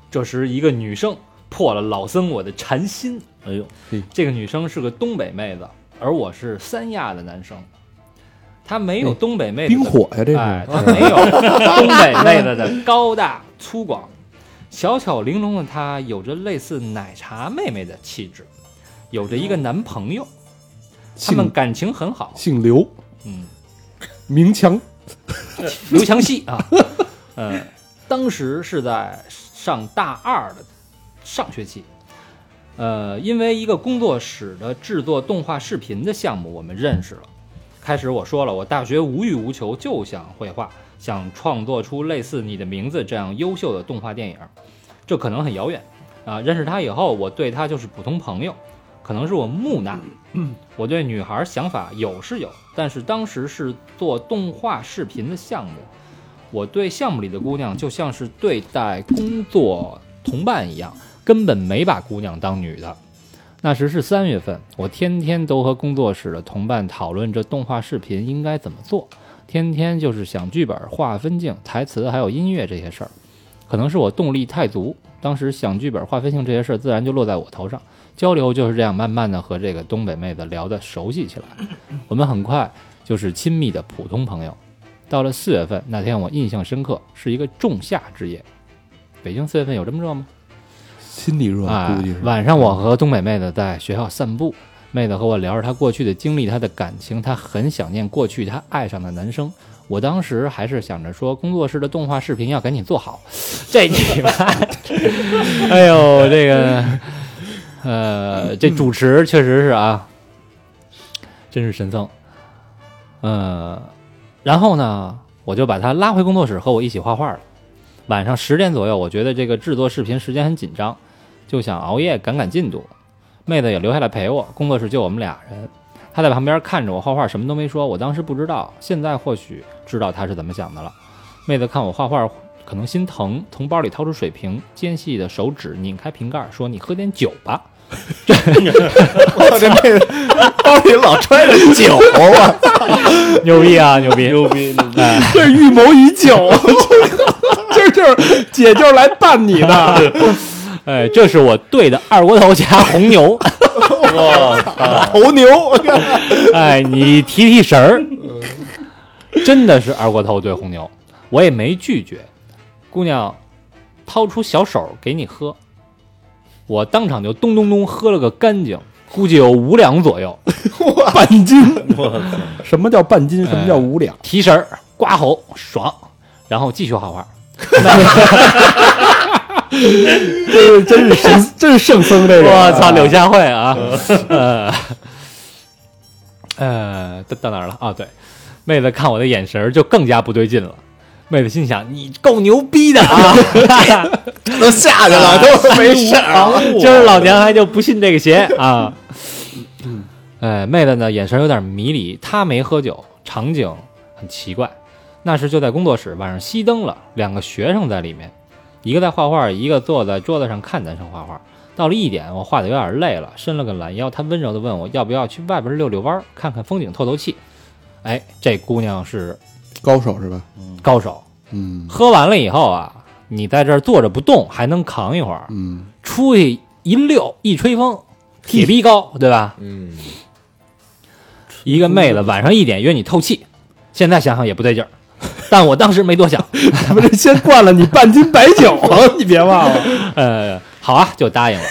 S3: 这时一个女生破了老僧我的禅心，
S5: 哎呦，
S3: 这个女生是个东北妹子，而我是三亚的男生，她没
S4: 哎
S3: 有东北妹子的
S2: 冰火呀，这
S3: 哎，
S2: 是
S3: 她没有东北妹子的高大粗犷，小巧玲珑的她有着类似奶茶妹妹的气质，有着一个男朋友，他们
S2: 姓
S3: 感情很好，
S2: 姓刘，
S3: 嗯。
S2: 明强，
S3: 刘强西啊，呃，当时是在上大二的上学期，呃，因为一个工作室的制作动画视频的项目，我们认识了。开始我说了，我大学无欲无求，就想绘画，想创作出类似《你的名字》这样优秀的动画电影。这可能很遥远啊、认识他以后，我对他就是普通朋友，可能是我木讷。我对女孩想法有是有，但是当时是做动画视频的项目，我对项目里的姑娘就像是对待工作同伴一样，根本没把姑娘当女的。那时是三月份，我天天都和工作室的同伴讨论这动画视频应该怎么做，天天就是想剧本、画分镜、台词，还有音乐这些事儿。可能是我动力太足，当时想剧本、画分镜这些事儿自然就落在我头上。交流就是这样，慢慢的和这个东北妹子聊得熟悉起来。我们很快就是亲密的普通朋友。到了四月份那天，我印象深刻，是一个仲夏之夜。北京四月份有这么热吗？
S2: 心里热，
S3: 啊
S2: 估计是。
S3: 晚上我和东北妹子在学校散步，妹子和我聊着她过去的经历，她的感情，她很想念过去她爱上的男生。我当时还是想着说，工作室的动画视频要赶紧做好，这你 妈！哎呦，这个，呃，这主持确实是啊，真是神僧。呃，然后呢，我就把他拉回工作室和我一起画画了。晚上十点左右，我觉得这个制作视频时间很紧张，就想熬夜赶赶进度。妹子也留下来陪我，工作室就我们俩人。她在旁边看着我画画，什么都没说。我当时不知道，现在或许知道她是怎么想的了。妹子看我画画，可能心疼，从包里掏出水瓶，尖细的手指拧开瓶盖，说：“你喝点酒吧。
S4: 我这妹子包里老揣着酒啊，”
S3: 牛逼啊，牛逼！
S5: 牛逼！
S4: 哎
S2: 这是预谋已久， 这就是姐就是来办你 的，
S3: 哎，这是我兑的二锅头加红牛。
S4: 头牛，
S3: 哎，你提提神儿，真的是二锅头兑红牛，我也没拒绝。姑娘，掏出小手给你喝，我当场就咚咚咚喝了个干净，估计有五两左右，
S2: 半斤。
S5: 我操，
S2: 什么叫半斤？什么叫五两？
S3: 提神儿，刮喉，爽，然后继续画画。
S2: 这是真是 神，真是圣僧这个。
S3: 我操，柳下惠啊，呃， 呃，到到哪儿了啊？对，妹子看我的眼神儿就更加不对劲了。妹子心想：你够牛逼的啊！
S4: 都下去了，都没事儿。
S3: 今儿老娘还就不信这个邪啊！哎，妹子呢，眼神有点迷离，她没喝酒，场景很奇怪。那时就在工作室，晚上熄灯了，两个学生在里面，一个在画画，一个坐在桌子上看男生画画。到了一点，我画的有点累了，伸了个懒腰，她温柔的问我要不要去外边溜溜弯儿，看看风景，透透气。哎，这姑娘是
S2: 高手是吧？
S3: 高手，
S2: 嗯
S3: 喝完了以后啊，你在这儿坐着不动，还能扛一会儿。
S2: 嗯，
S3: 出去一溜一吹风，铁力高，对吧？
S4: 嗯，
S3: 一个妹子晚上一点约你透气，现在想想也不对劲儿，但我当时没多想，
S2: 他们这先灌了你半斤白酒 啊！你别忘了，
S3: 呃，好啊，就答应了。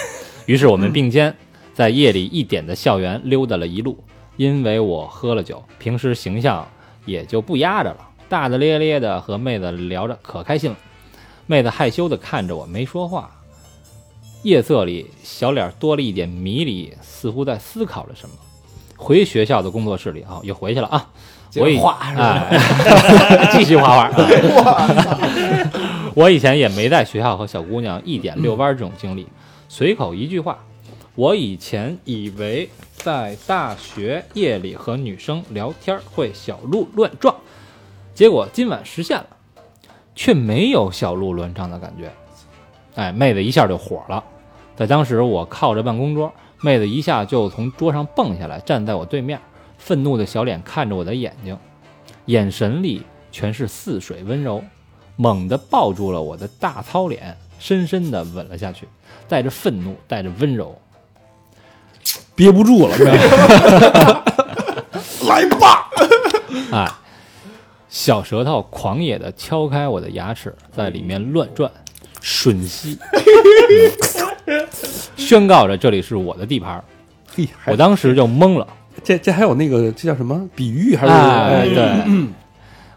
S3: 于是我们并肩在夜里一点的校园溜达了一路，因为我喝了酒，平时形象也就不压着了，大大咧咧的和妹子聊着，可开心了。妹子害羞的看着我，没说话。夜色里，小脸多了一点迷离，似乎在思考着什么。回学校的工作室里啊，又回去了啊。
S4: 接着
S3: 我以
S4: 画是吧
S3: 哎继续画画。 啊我以前也没在学校和小姑娘一点遛弯儿这种经历，随口一句话。我以前以为在大学夜里和女生聊天儿会小鹿乱撞，结果今晚实现了，却没有小鹿乱撞的感觉。哎，妹子一下就火了，在当时我靠着办公桌，妹子一下就从桌上蹦下来，站在我对面，愤怒的小脸看着我的眼睛，眼神里全是似水温柔。猛地抱住了我的大糙脸，深深地吻了下去，带着愤怒，带着温柔。
S2: 憋不住了，
S3: 哎，小舌头狂野地敲开我的牙齿，在里面乱转，吮吸，宣告着这里是我的地盘儿。
S2: 嘿，还
S3: 我当时就懵了，
S2: 这这还有那个这叫什么比喻还是
S3: 哎，
S2: 哎
S3: 对，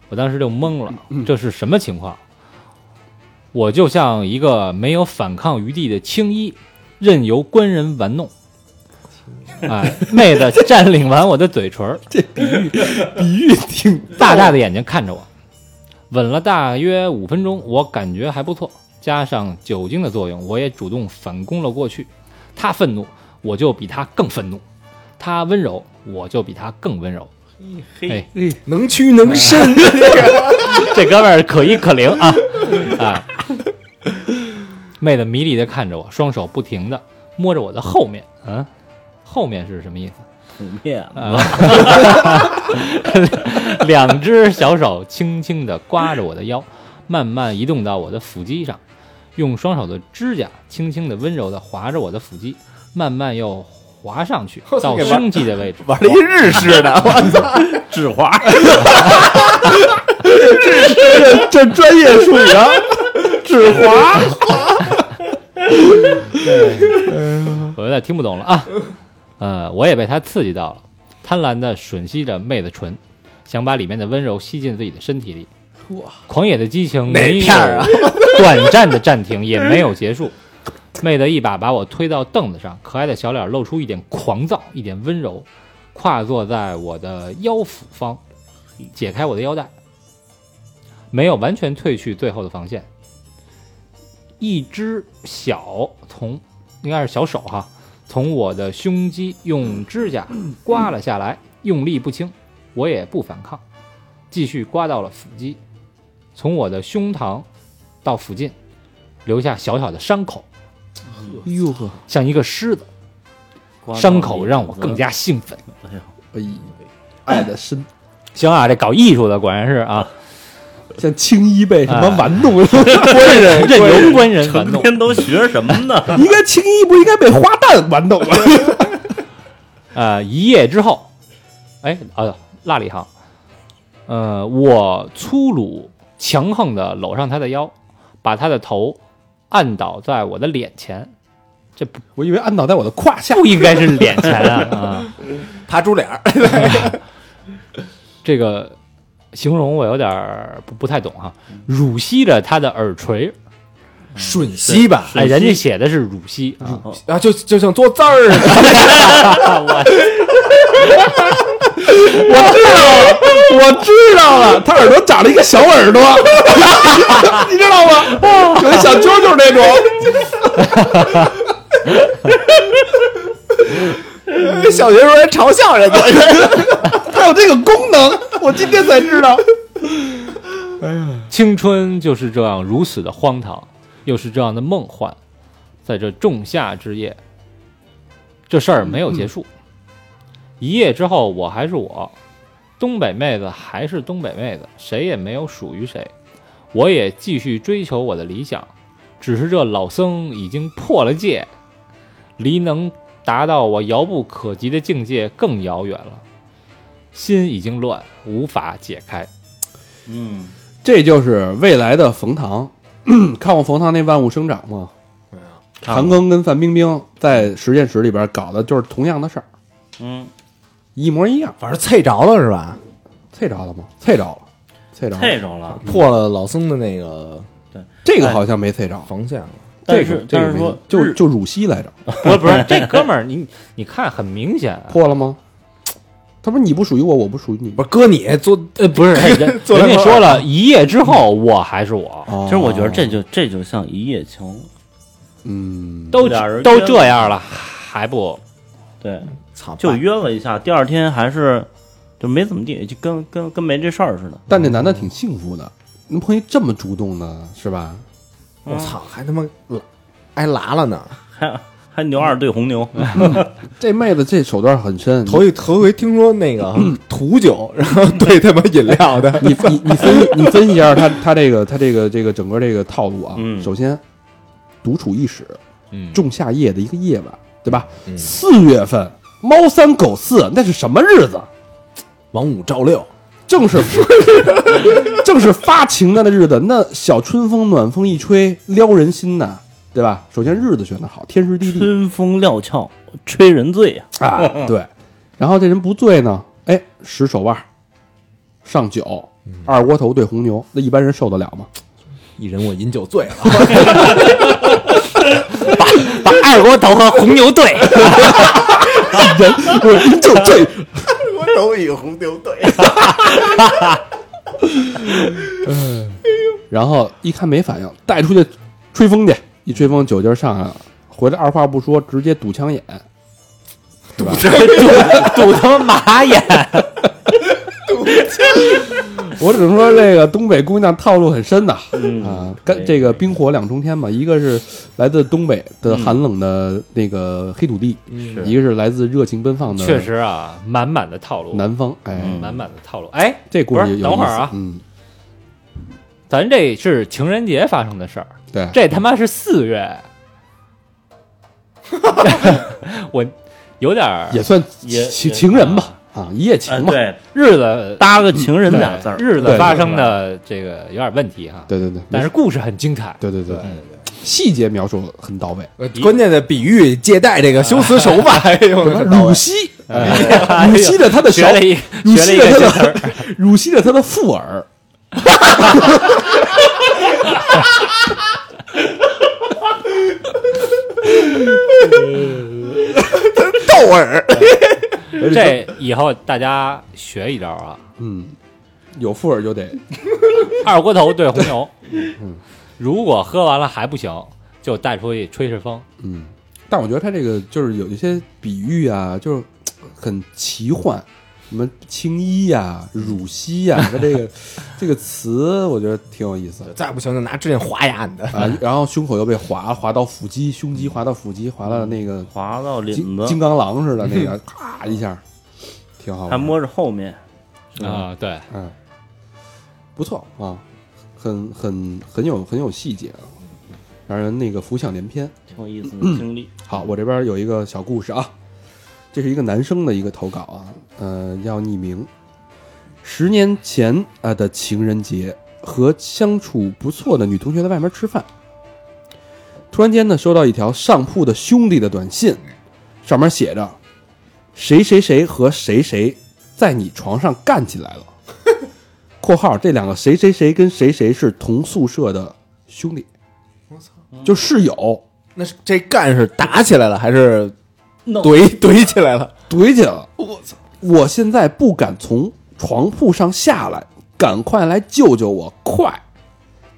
S3: 我当时就懵了，
S2: 嗯
S3: 这是什么情况？我就像一个没有反抗余地的青衣，任由官人玩弄。 哎，妹子占领完我的嘴 唇儿，
S2: 比喻挺
S3: 大大的眼睛看着我，吻了大约五分钟，我感觉还不错，加上酒精的作用，我也主动反攻了过去。他愤怒，我就比他更愤怒；他温柔，我就比他更温柔。嘿，
S4: 能屈能
S2: 哎
S4: 伸，
S3: 这哥们儿可一可零啊啊！妹子迷离的看着我，双手不停的摸着我的后面，啊，后面是什么意思？
S5: 普遍
S3: 啊， 两只小手轻轻地刮着我的腰，慢慢移动到我的腹肌上，用双手的指甲轻轻地、温柔地划着我的腹肌，慢慢又划上去到胸肌的位置。
S4: 玩了一日式 的，
S5: 指滑，
S2: 这这专业术语 啊，指滑，
S3: 我有点听不懂了啊。呃，我也被他刺激到了，贪婪的吮吸着妹子唇，想把里面的温柔吸进自己的身体里。哇！狂野的激情没有
S4: 片儿啊
S3: 短暂的暂停，也没有结束。妹子一把把我推到凳子上，可爱的小脸露出一点狂躁，一点温柔，跨坐在我的腰腹方，解开我的腰带，没有完全褪去最后的防线。一只小从应该是小手哈，从我的胸肌用指甲刮了下来，用力不轻，我也不反抗，继续刮到了腹肌，从我的胸膛到附近留下小小的伤口，
S2: 哟哎呵，
S3: 像一个狮子，
S5: 刮到
S3: 伤口让我
S5: 你
S3: 更加兴奋。
S5: 哎呦
S2: 哎，爱的深，
S3: 行啊，这搞艺术的果然是啊，
S2: 像青衣被什么
S3: 哎
S2: 玩 弄，
S3: 任由官人玩
S5: 成
S3: 弄。
S5: 天都学什么呢？
S2: 应该青衣不应该被花旦玩弄 吗？
S3: 呃，一夜之后，哎，啊，落了一行。呃，我粗鲁强横的搂上他的腰，把他的头按倒在我的脸前，这不
S2: 我以为按倒在我的胯下，
S3: 不应该是脸前啊！ 啊
S4: 爬猪脸儿，
S3: 这个形容我有点儿不不太懂哈、乳吸着他的耳垂，
S4: 吮吸吧，
S3: 哎，人家写的是乳吸啊，
S4: 然后就就像做字 儿似的，
S2: 我知道了，他耳朵长了一个小耳朵，你知道吗？有一小揪揪那种，
S4: 小学时候还嘲 笑人家，
S2: 它有这个功能，我今天才知道。
S3: 青春就是这样如此的荒唐，又是这样的梦幻，在这仲夏之夜，这事儿没有结束。一夜之后，我还是我，东北妹子还是东北妹子，谁也没有属于谁。我也继续追求我的理想，只是这老僧已经破了戒，离能达到我遥不可及的境界更遥远了。心已经乱，无法解开。
S5: 嗯，
S2: 这就是未来的冯唐， 看过冯唐那《万物生长》吗？韩庚跟范冰冰在实验室里边搞的就是同样的事儿，
S5: 嗯，
S2: 一模一样。
S4: 反正菜着了是吧？
S2: 猜着了吗？
S4: 菜着了，
S2: 猜着
S5: 太
S2: 了，
S5: 着了。
S4: 破了老僧的那个
S2: 这个好像没猜着。
S4: 防线了。
S5: 但
S2: 这个
S5: 是
S2: 这
S5: 但
S2: 个
S5: 是
S2: 没
S5: 说
S2: 就
S5: 日
S2: 就乳吸来着，
S3: 不是不是，这哥们儿，你你看很明显 啊，
S2: 破了吗？他不是你不属于我，我不属于你吗
S4: 不？是哥你 做
S3: 呃，不是，人人
S4: 做了
S3: 家说了一夜之后我还是我，
S2: 哦
S5: 其实我觉得这就这就像一夜情，
S2: 嗯，
S3: 都
S5: 俩人
S3: 都
S5: 约
S3: 这样了，还不
S5: 对，
S4: 操，
S5: 就约了一下，第二天还是就没怎么地，就跟跟跟没这事儿似的。
S2: 但这男的挺幸福的，能碰一这么主动的，是吧？
S4: 我操，还他妈拉挨拉了呢，
S5: 还还牛二对红牛，
S2: 嗯这妹子这手段很深，
S4: 头一头回听说那个 土酒，然后兑他妈饮料的，
S2: 你你你分你分析一下他他这个他这个这个整个这个套路啊。
S5: 嗯
S2: 首先，独处一室，
S3: 嗯，
S2: 仲夏夜的一个夜晚，对吧？
S4: 嗯
S2: 四月份，猫三狗四，那是什么日子？
S4: 王五赵六，
S2: 正是 正是发情的那日子，那小春风暖风一吹，撩人心呐，对吧？首先日子选的好，天时地利
S5: 春风料峭，吹人醉呀、
S2: 啊，对。然后这人不醉呢，哎，使手腕儿，上酒，二锅头兑红牛，那一般人受得了吗？
S4: 一人我饮酒醉了，
S5: 把二锅头和红牛 兑，
S2: 人不是饮酒醉，
S4: 我手与红牛对，
S2: 然后一看没反应，带出去吹风去，一吹风酒劲儿上来了，回来二话不说直接堵枪眼，是吧？
S5: 堵他妈马眼，
S2: 我只能说这个东北姑娘套路很深呐、
S5: 嗯
S2: 啊，
S5: 可
S2: 跟
S5: 以
S2: 这个冰火两重天嘛，一个是来自东北的寒冷的那个黑土地，
S5: 嗯是
S2: 一个是来自热情奔放的
S3: 确实啊，满满的套路，
S2: 南方，哎，
S5: 嗯
S3: 满满的套路。哎，
S2: 这故
S3: 不
S2: 事
S3: 是
S2: 有
S3: 等会
S2: 意
S3: 儿
S2: 思
S3: 啊
S2: 嗯，
S3: 咱这是情人节发生的事儿，
S2: 对，
S3: 这他妈是四月， 我有点儿
S2: 也算
S5: 也
S2: 情
S5: 也
S2: 情人吧，啊，一夜情
S5: 哎
S2: 嘛，
S5: 对，
S3: 日子
S5: 搭个情人
S3: 对
S5: 俩字儿，
S3: 日
S2: 对
S3: 子发生的这个有点问题哈，
S2: 对对对，
S3: 但是故事很精彩，
S2: 对对对，细节描述很到位。
S4: 呃关键的比喻借贷这个修辞手法
S3: 哎
S4: 用的到
S2: 乳
S4: 位，
S2: 昔，乳昔的他的
S3: 学
S2: 小
S3: 了一
S2: 乳
S3: 学了
S2: 昔
S3: 一
S2: 的
S3: 个
S2: 他
S3: 新词儿，
S2: 的 乳昔的他的附耳，
S4: 豆耳，
S3: 这以后大家学一招啊，
S2: 嗯，有附耳就得
S3: 二锅头兑红牛，如果喝完了还不行，就带出去吹吹风，
S2: 嗯，但我觉得他这个就是有一些比喻啊，就是很奇幻，什么青衣啊呀、乳昔 呀、啊他这个这个词，我觉得挺有意思的
S4: 再不行就拿指甲划牙你的，
S3: 哎
S2: 啊。然后胸口又被划划到腹肌，胸肌划到腹肌，划到那个
S5: 划到领
S2: 金
S5: 子
S2: 金，刚狼似的那个，咔一下，挺好玩的。
S5: 还摸着后面，是吧
S3: 啊，对，
S2: 嗯，不错啊，很很很有很有细节啊，让人那个浮想联翩。
S5: 挺有意思的经历。
S2: 好，我这边有一个小故事啊，这是一个男生的一个投稿啊，呃，要匿名。十年前啊、的情人节，和相处不错的女同学在外面吃饭，突然间呢，收到一条上铺的兄弟的短信，上面写着：“谁谁谁和谁谁在你床上干起来了。” （括号这两个谁谁谁跟谁谁是同宿舍的兄弟，就室友。
S4: 那是这干是打起来了还是怼怼起来了？
S2: 怼起来了。我操！我现在不敢从床铺上下来，赶快来救救我！快！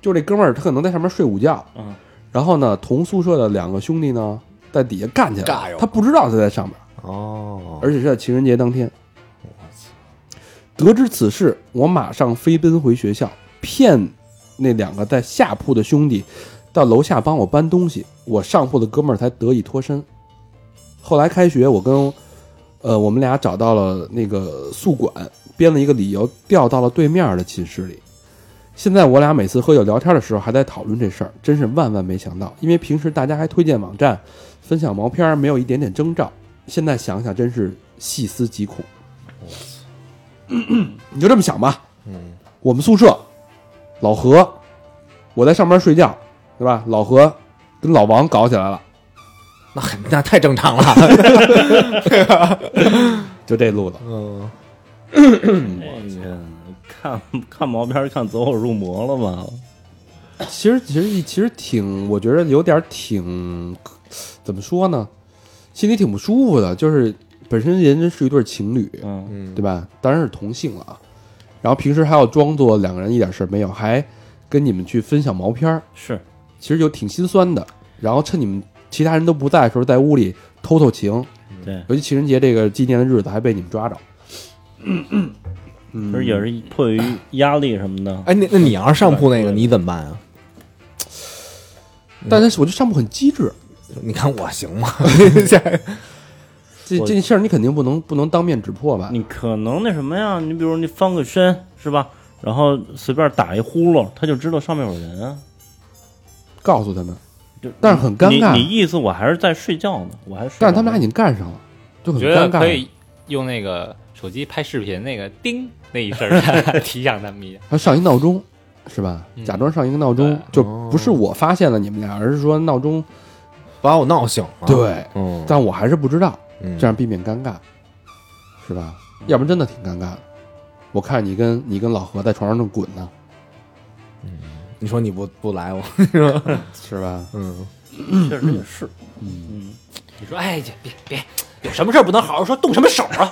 S2: 就这哥们儿，他可能在上面睡午觉，
S5: 嗯，
S2: 然后呢，同宿舍的两个兄弟呢，在底下干起来
S4: 尬
S2: 了，
S4: 哟
S2: 他不知道他在上面，
S4: 哦，
S2: 而且是在情人节当天。得知此事，我马上飞奔回学校，骗那两个在下铺的兄弟到楼下帮我搬东西，我上铺的哥们儿才得以脱身。后来开学，我跟呃我们俩找到了那个宿管，编了一个理由调到了对面的寝室里。现在我俩每次喝酒聊天的时候，还在讨论这事儿，真是万万没想到。因为平时大家还推荐网站、分享毛片儿，没有一点点征兆。现在想想，真是细思极恐。你就这么想吧。嗯，我们宿舍老何，我在上班睡觉，对吧？老何跟老王搞起来了，
S4: 那很那太正常了，
S2: 就这路子。
S4: 嗯，
S2: 嗯
S5: 这个哎看看毛片儿看走火入魔了吧？
S2: 其实，其实，其实挺，我觉得有点挺，怎么说呢？心里挺不舒服的。就是本身人家是一对情侣，
S5: 嗯，
S2: 对吧？当然是同性了啊。然后平时还要装作两个人一点事儿没有，还跟你们去分享毛片儿，
S5: 是
S2: 其实就挺心酸的。然后趁你们其他人都不在的时候，在屋里偷偷情，
S5: 对，
S2: 尤其情人节这个纪念的日子还被你们抓着，
S5: 嗯
S2: 嗯
S5: 就是也是迫于压力什么的，
S4: 哎，那那你要是上铺那个你怎么办啊？
S5: 嗯
S2: 但是我觉得上铺很机智，
S4: 你看我行吗？
S2: 这
S5: 我
S2: 这事儿你肯定不能不能当面指破吧？
S5: 你可能那什么呀？你比如你翻个身是吧？然后随便打一呼噜，他就知道上面有人啊。
S2: 告诉他们，
S5: 就
S2: 但是很尴尬
S5: 你你意思我还是在睡觉呢，我还是睡着
S2: 但
S5: 了。
S2: 是他们俩已经干上了，就
S3: 我
S2: 很
S3: 觉得
S2: 尴
S3: 可
S2: 尬。
S3: 以用那个手机拍视频那个叮那一声儿 提醒他们一下。
S2: 他上一闹钟是吧？
S3: 嗯
S2: 假装上一个闹钟
S3: 对，
S2: 就不是我发现了你们俩，而是说闹钟
S4: 把我闹醒
S3: 哦
S4: 了。，
S2: 对，
S4: 嗯，
S2: 但我还是不知道，
S4: 嗯
S2: 这样避免尴尬，是吧？要不然真的挺尴尬的。我看你跟你跟老何在床上正滚呢，
S4: 你说你不不来 我，
S2: 是吧？
S4: 嗯，
S5: 确实也是，嗯，
S3: 你说，哎，这别别，有什么事儿不能好好说，动什么手啊？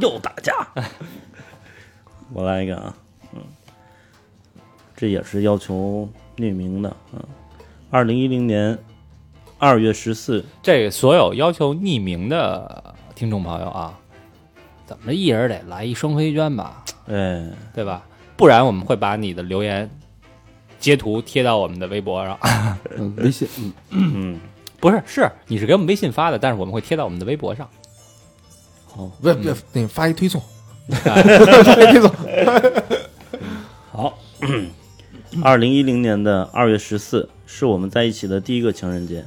S5: 又打架。我来一个啊，嗯，这也是要求匿名的，嗯，二零一零年二月十四，
S3: 这所有要求匿名的听众朋友啊，怎么着一人得来一双飞娟吧，
S5: 哎，
S3: 对吧？不然我们会把你的留言截图贴到我们的微博上，
S2: 嗯，微信，嗯，
S5: 嗯，
S3: 不是，是你是给我们微信发的，但是我们会贴到我们的微博上。
S5: 好，
S4: 别别，那发一推送，
S5: 好，二零一零年的二月十四是我们在一起的第一个情人节。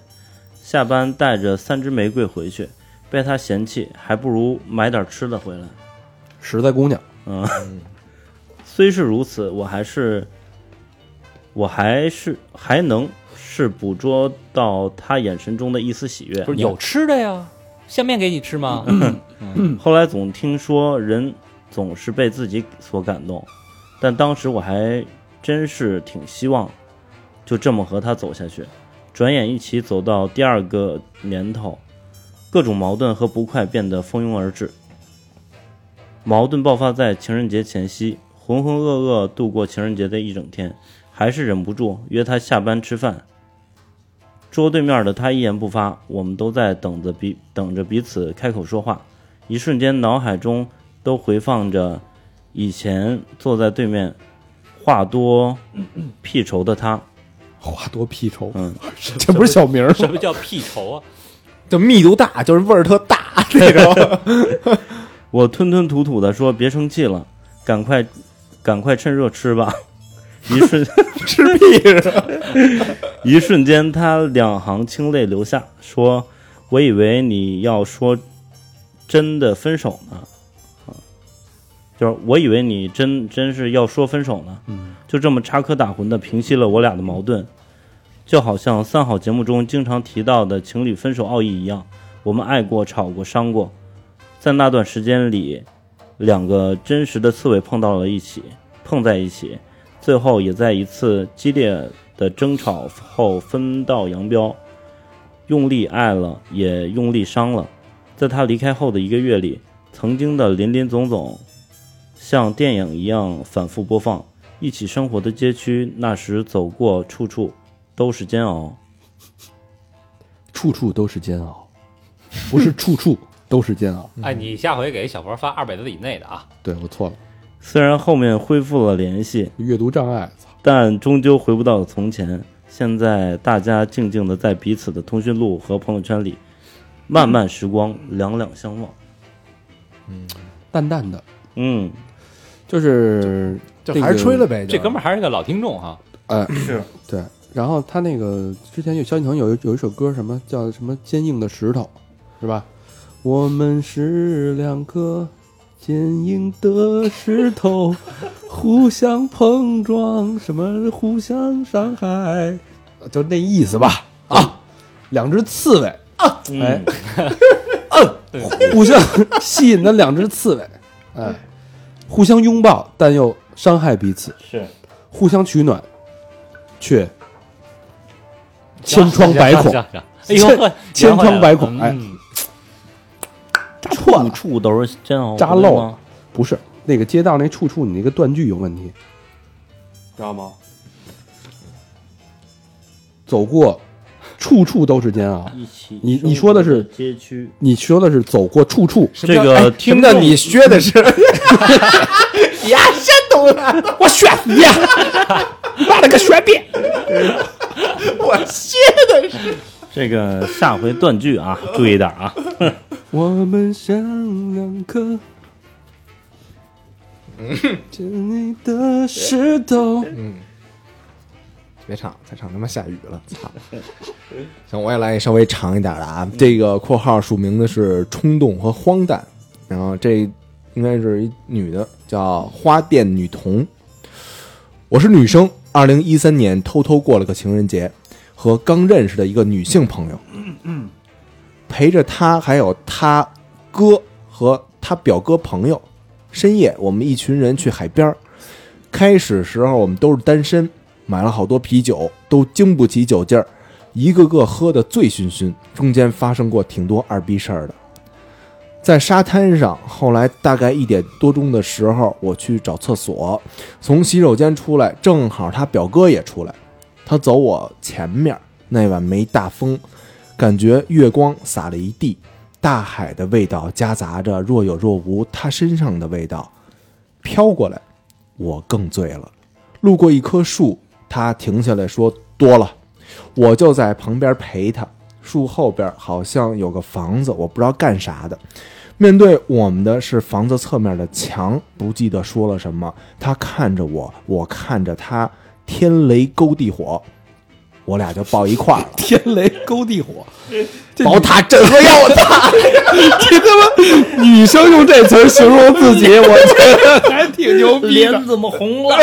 S5: 下班带着三支玫瑰回去，被他嫌弃，还不如买点吃的回来。
S2: 实在姑娘，
S5: 嗯，虽是如此，我还是，我还是还能是捕捉到他眼神中的一丝喜悦。
S2: 嗯
S3: 不是有吃的呀，下面给你吃吗？
S5: 后来总听说人总是被自己所感动，但当时我还真是挺希望就这么和他走下去。转眼一起走到第二个年头，各种矛盾和不快变得蜂拥而至。矛盾爆发在情人节前夕，浑浑噩噩度过情人节的一整天，还是忍不住约他下班吃饭。桌对面的他一言不发，我们都在等着彼等着彼此开口说话。一瞬间，脑海中都回放着以前坐在对面话多 屁稠的他。
S2: 话多屁稠，
S5: 嗯，
S2: 这不是小名儿吗？
S3: 什么叫屁仇啊？
S4: 就密度大，就是味儿特大那种。
S5: 我吞吞吐吐地说：“别生气了，赶快，赶快趁热吃吧。”一瞬 吃屁！一瞬间，他两行清泪流下，说：“我以为你要说真的分手呢，啊，就是我以为你真真是要说分手呢。”
S2: 嗯，
S5: 就这么插科打诨的平息了我俩的矛盾，就好像三好节目中经常提到的情侣分手奥义一样，我们爱过、吵过、伤过，在那段时间里，两个真实的刺猬碰到了一起，碰在一起，最后也在一次激烈的争吵后分道扬镳。用力爱了，也用力伤了。在他离开后的一个月里，曾经的林林总总，像电影一样反复播放。一起生活的街区，那时走过，处处都是煎熬。
S2: 处处都是煎 熬，不是处处都是煎熬。
S3: 哎，你下回给小佛发二百字以内的啊。
S2: 对我错了，
S5: 虽然后面恢复了联系，
S2: 阅读障碍，操，
S5: 但终究回不到从前。现在大家静静的在彼此的通讯录和朋友圈里，漫漫时光两两相望。
S2: 淡淡的，
S5: 嗯，
S2: 就是
S4: 就还是吹了
S2: 嗯
S4: 呗，
S3: 这
S4: 就
S3: 哥们儿还是个老听众哈，
S2: 哎，
S5: 是
S2: 对。然后他那个之前有萧敬腾有一有一首歌，什么叫什么坚硬的石头，是吧？我们是两颗坚硬的石头，互相碰撞，什么互相伤害，呃就那意思吧。啊，两只刺猬，哎
S5: 嗯，，
S2: 互相吸引的两只刺猬，哎，互相拥抱，但又伤害彼此。
S5: 是
S2: 互相取暖，却千疮百孔
S3: 行，
S2: 千
S3: 行行行哎呦，圆回来了
S2: 千疮百孔
S3: 嗯
S2: 哎扎破
S5: 处
S2: 了。嗯
S5: 处都是煎熬，
S2: 扎
S5: 不对
S2: 漏
S5: 吗？
S2: 不是那个街道那处处，你那个断句有问题，
S1: 知道吗？
S2: 走过处处都是煎熬。
S5: 一起，
S2: 你你说的是哎
S5: 街区，
S2: 你说的是走过处处，
S5: 这个
S4: 哎什么
S5: 听
S4: 叫
S5: 众
S4: 你学的是？呀，山东的，我学你呀，妈了个学逼！我学的是
S5: 这个下回断句 啊，注意点啊。
S2: 我们像两颗坚硬的石头。
S4: 别唱，再唱他妈下雨了，操！行，我也来一稍微长一点的啊。这个括号署名的是冲动和荒诞，然后这应该是一女的，叫花店女童。我是女生，二零一三年偷偷过了个情人节，和刚认识的一个女性朋友，陪着她还有她哥和她表哥朋友。深夜，我们一群人去海边儿开始时候我们都是单身，买了好多啤酒，都经不起酒劲儿，一个个喝得醉醺醺。中间发生过挺多二逼事儿的，在沙滩上。后来大概一点多钟的时候，我去找厕所，从洗手间出来，正好他表哥也出来，他走我前面。那晚没大风，感觉月光洒了一地，大海的味道夹杂着若有若无他身上的味道，飘过来。我更醉了。路过一棵树，他停下来说：“多了。”我就在旁边陪他。树后边好像有个房子，我不知道干啥的。面对我们的是房子侧面的墙，不记得说了什么。他看着我，我看着他，天雷勾地火，我俩就抱一块儿了。
S2: 天雷勾地 火，
S4: 宝塔镇河妖，我操！
S2: 这他妈女生用这词儿形容自己，我觉得还挺牛逼的。
S5: 怎么红了？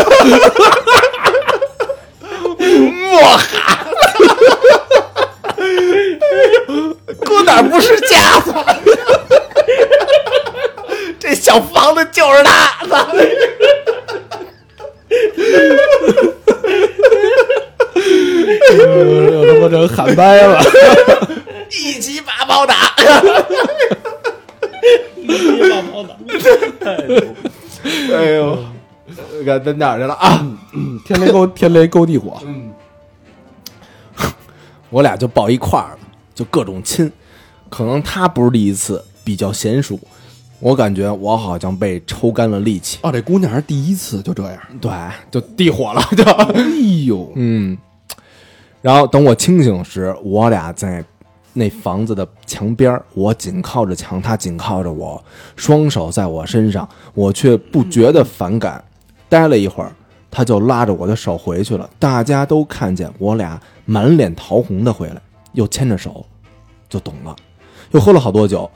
S4: 搁哪儿不是家？这小房子就是他。
S2: 我他妈这喊掰了，
S4: 一起把炮打。哎呦，该在哪儿去了啊？
S2: 天雷勾天雷勾地火，
S4: 我俩就抱一块儿了，就各种亲。可能他不是第一次，比较娴熟。我感觉我好像被抽干了力气，
S2: 哦，这姑娘还是第一次就这样，
S4: 对，就地火了，就。
S2: 哎呦，
S4: 嗯，然后等我清醒时，我俩在那房子的墙边儿，我紧靠着墙，他紧靠着我，双手在我身上，我却不觉得反感。待了一会儿，他就拉着我的手回去了。大家都看见我俩满脸桃红的回来，又牵着手，就懂了。又喝了好多酒，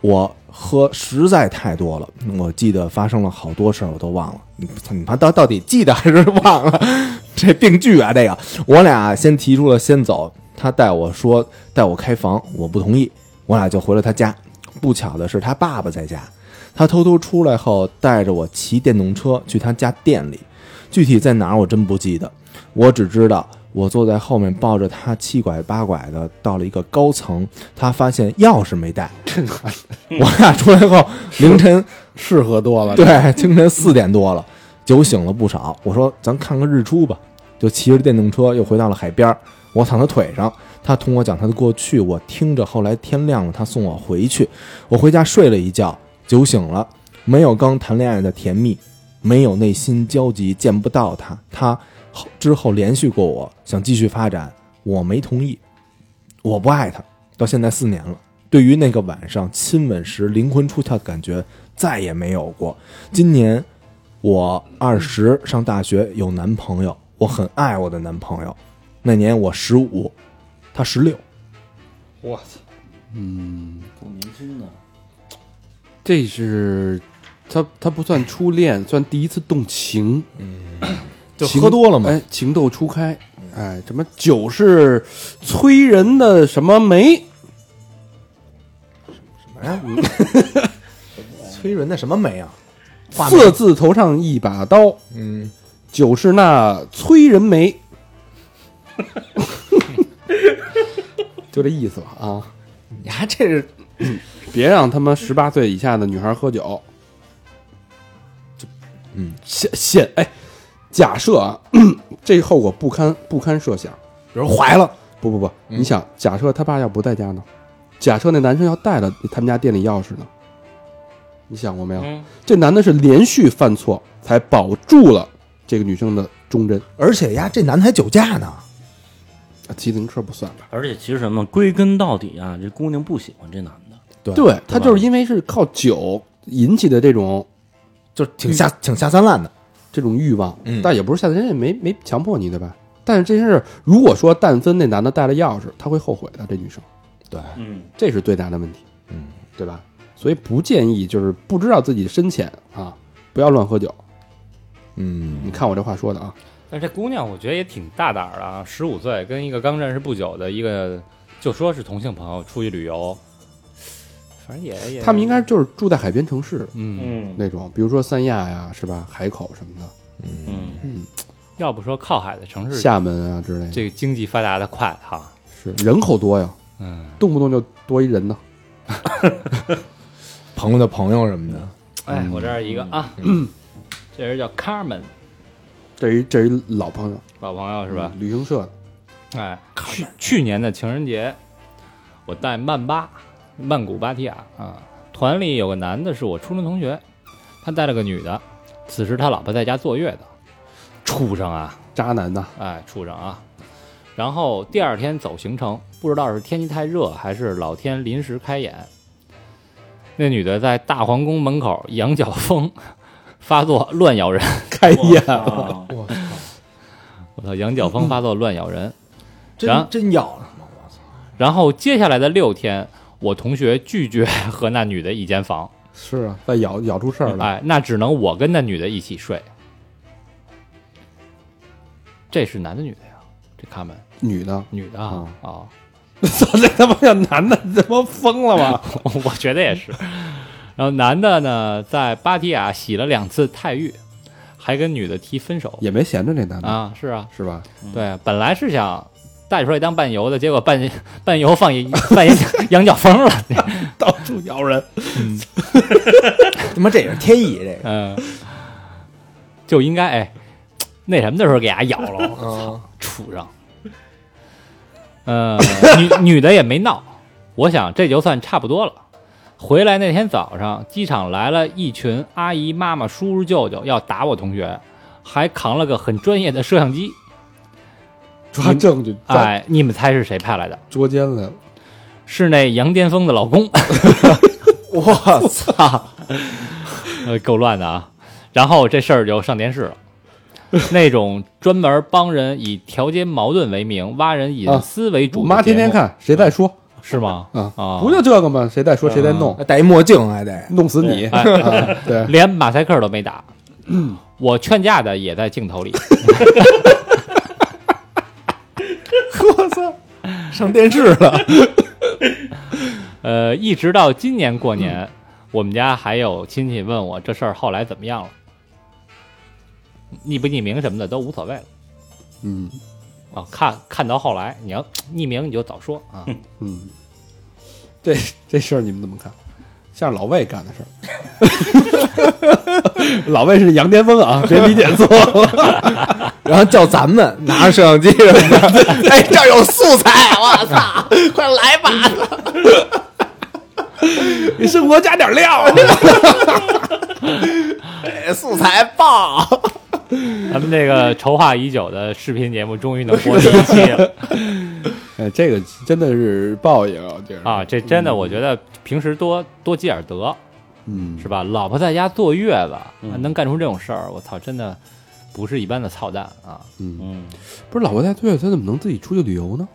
S4: 我喝实在太多了，我记得发生了好多事儿，我都忘了。你操，你妈到到底记得还是忘了？ 这病句啊，这个我俩先提出了先走，他带我说带我开房，我不同意，我俩就回了他家。不巧的是，他爸爸在家，他偷偷出来后带着我骑电动车去他家店里，具体在哪儿我真不记得，我只知道我坐在后面抱着他七拐八拐的到了一个高层，他发现钥匙没带，我俩出来后凌晨
S2: 是喝多了，
S4: 对，清晨四点多了，酒醒了不少。我说咱看个日出吧，就骑着电动车又回到了海边儿。我躺他腿上，他同我讲他的过去，我听着。后来天亮了，他送我回去，我回家睡了一觉，酒醒了，没有刚谈恋爱的甜蜜，没有内心焦急，见不到他。他后之后联系过我，想继续发展，我没同意，我不爱他，到现在四年了。对于那个晚上亲吻时灵魂出窍的感觉，再也没有过。今年我二十上大学，有男朋友，我很爱我的男朋友。那年我十五，他十六，
S1: 我操，
S5: 够年轻的，
S2: 这是他他不算初恋，算第一次动情，
S4: 就
S2: 情
S4: 喝多了嘛。
S2: 哎，情窦初开，哎，什么酒是催人的什么梅？
S4: 哎， 催人的什么美啊？画眉
S2: 色字头上一把刀，
S4: 嗯，
S2: 酒是那催人 梅，就这意思吧啊！
S4: 你还这是
S2: 别让他妈十八岁以下的女孩喝酒。
S4: 嗯，
S2: 现现哎，假设啊， 这后果不堪不堪设想。
S4: 比如怀了，
S2: 不不不，你想，假设他爸要不在家呢？假设那男生要带了他们家店里钥匙呢？你想过没有？
S3: 嗯
S2: 这男的是连续犯错才保住了这个女生的忠贞。啊
S4: 而且呀，这男的还酒驾呢。
S2: 骑自行车不算吧？
S5: 而且其实什么呢？归根到底啊，这姑娘不喜欢这男的，
S4: 对
S2: 对他就是因为是靠酒引起的这种
S4: 就挺下挺下三滥的，
S2: 这种欲望，
S4: 嗯
S2: 但也不是下次人家也没没强迫你对吧？但是这件事儿，如果说但分那男的带了钥匙，他会后悔的，这女生，
S4: 对，
S5: 嗯，
S2: 这是最大的问题，
S4: 嗯，
S2: 对吧？所以不建议就是不知道自己深浅啊，不要乱喝酒。
S4: 嗯
S2: 你看我这话说的啊，
S3: 但是这姑娘我觉得也挺大胆儿的啊，十五岁跟一个刚认识不久的一个，就说是同性朋友出去旅游，反正也也
S2: 他们应该就是住在海边城市
S3: 嗯，
S5: 嗯
S2: 那种，比如说三亚呀，是吧？海口什么的，
S5: 嗯，
S3: 要不说靠海的城市，
S2: 厦门啊之类的，
S3: 这个经济发达的快哈，
S2: 是人口多呀，
S3: 嗯，
S2: 动不动就多一人呢。
S4: 朋友的朋友什么的，
S3: 哎，我这儿一个啊， 这人叫 Carmen，
S2: 这是一这是一老朋友
S3: 老朋友是吧？
S2: 嗯旅行社的，
S3: 哎，去去年的情人节，我在曼巴，曼谷芭提雅啊，团里有个男的是我初中同学，他带了个女的，此时他老婆在家坐月子，畜生啊，
S2: 渣男呐，
S3: 哎，畜生啊！然后第二天走行程，不知道是天气太热还是老天临时开眼，那女的在大皇宫门口羊角风 发作乱咬人，
S2: 开眼
S5: 啊，
S4: 我
S3: 我操，羊角风发作乱咬人。然
S4: 真真咬了吗？我操！
S3: 然后接下来的六天，我同学拒绝 和那女的一间房，
S2: 是啊，再咬咬出事儿来，
S3: 哎，那只能我跟那女的一起睡。这是男的女的呀？这卡门
S2: 女的，
S3: 女的啊啊。哦
S2: 操，这他妈叫男的，这不疯了吗？
S3: 我觉得也是。然后男的呢，在芭提雅洗了两次泰浴，还跟女的提分手
S2: 也没闲着这男的，
S3: 啊，是啊，
S2: 是吧？
S3: 对，本来是想带出来当伴游的，结果伴 伴游放一放羊羊角风了，
S2: 到处咬人，
S4: 哎他妈这也是天意，这个
S3: 嗯，就应该哎，那什么的时候给它咬了，我操，畜生。呃，女女 的也没闹，我想这就算差不多了。回来那天早上，机场来了一群阿姨、妈妈、叔叔、舅舅，要打我同学，还扛了个很专业的摄像机。
S2: 抓证据，
S4: 啊
S2: 抓
S3: 哎，你们猜是谁派来的？
S2: 捉奸来了，
S3: 是那羊癫疯的 老公。
S4: 我操！
S3: 呃，够乱的啊。然后这事儿就上电视了，那种专门帮人以调节矛盾为名、挖人隐私为主、
S2: 啊我妈天天看，谁在说
S3: 是吗？
S2: 啊？
S3: 啊，
S2: 不就这个吗？谁在说，谁在弄，
S4: 戴一墨镜还得，
S2: 弄死你！
S3: 哎
S2: 啊对，
S3: 连马赛克都没打。
S2: 嗯
S3: 我劝架的也在镜头里，
S4: 我操！上电视了，
S3: 呃，一直到今年过年，我们家还有亲戚问我这事儿后来怎么样了，匿不匿名什么的都无所谓了
S2: 嗯
S3: 啊。看看到后来，你要匿名你就早说啊。
S2: 嗯， 这这事儿你们怎么看？像是老魏干的事儿， 老魏是羊癫疯啊，别理解错了。
S4: 然后叫咱们拿着摄像机什么的， 哎，这儿有素材，我操， 快来吧！
S2: 给生活加点料。
S4: 哎素材爆！
S3: 咱们这个筹划已久的视频节目终于能播第一期了。
S2: 哎，这个真的是报应，我觉得
S3: 啊，，这真的，我觉得平时多多积点德，
S2: 嗯，
S3: 是吧？老婆在家坐月子，
S5: 嗯
S3: 能干出这种事儿，我操，真的不是一般的操蛋啊！
S5: 嗯，
S2: 不是老婆带队，他怎么能自己出去旅游呢？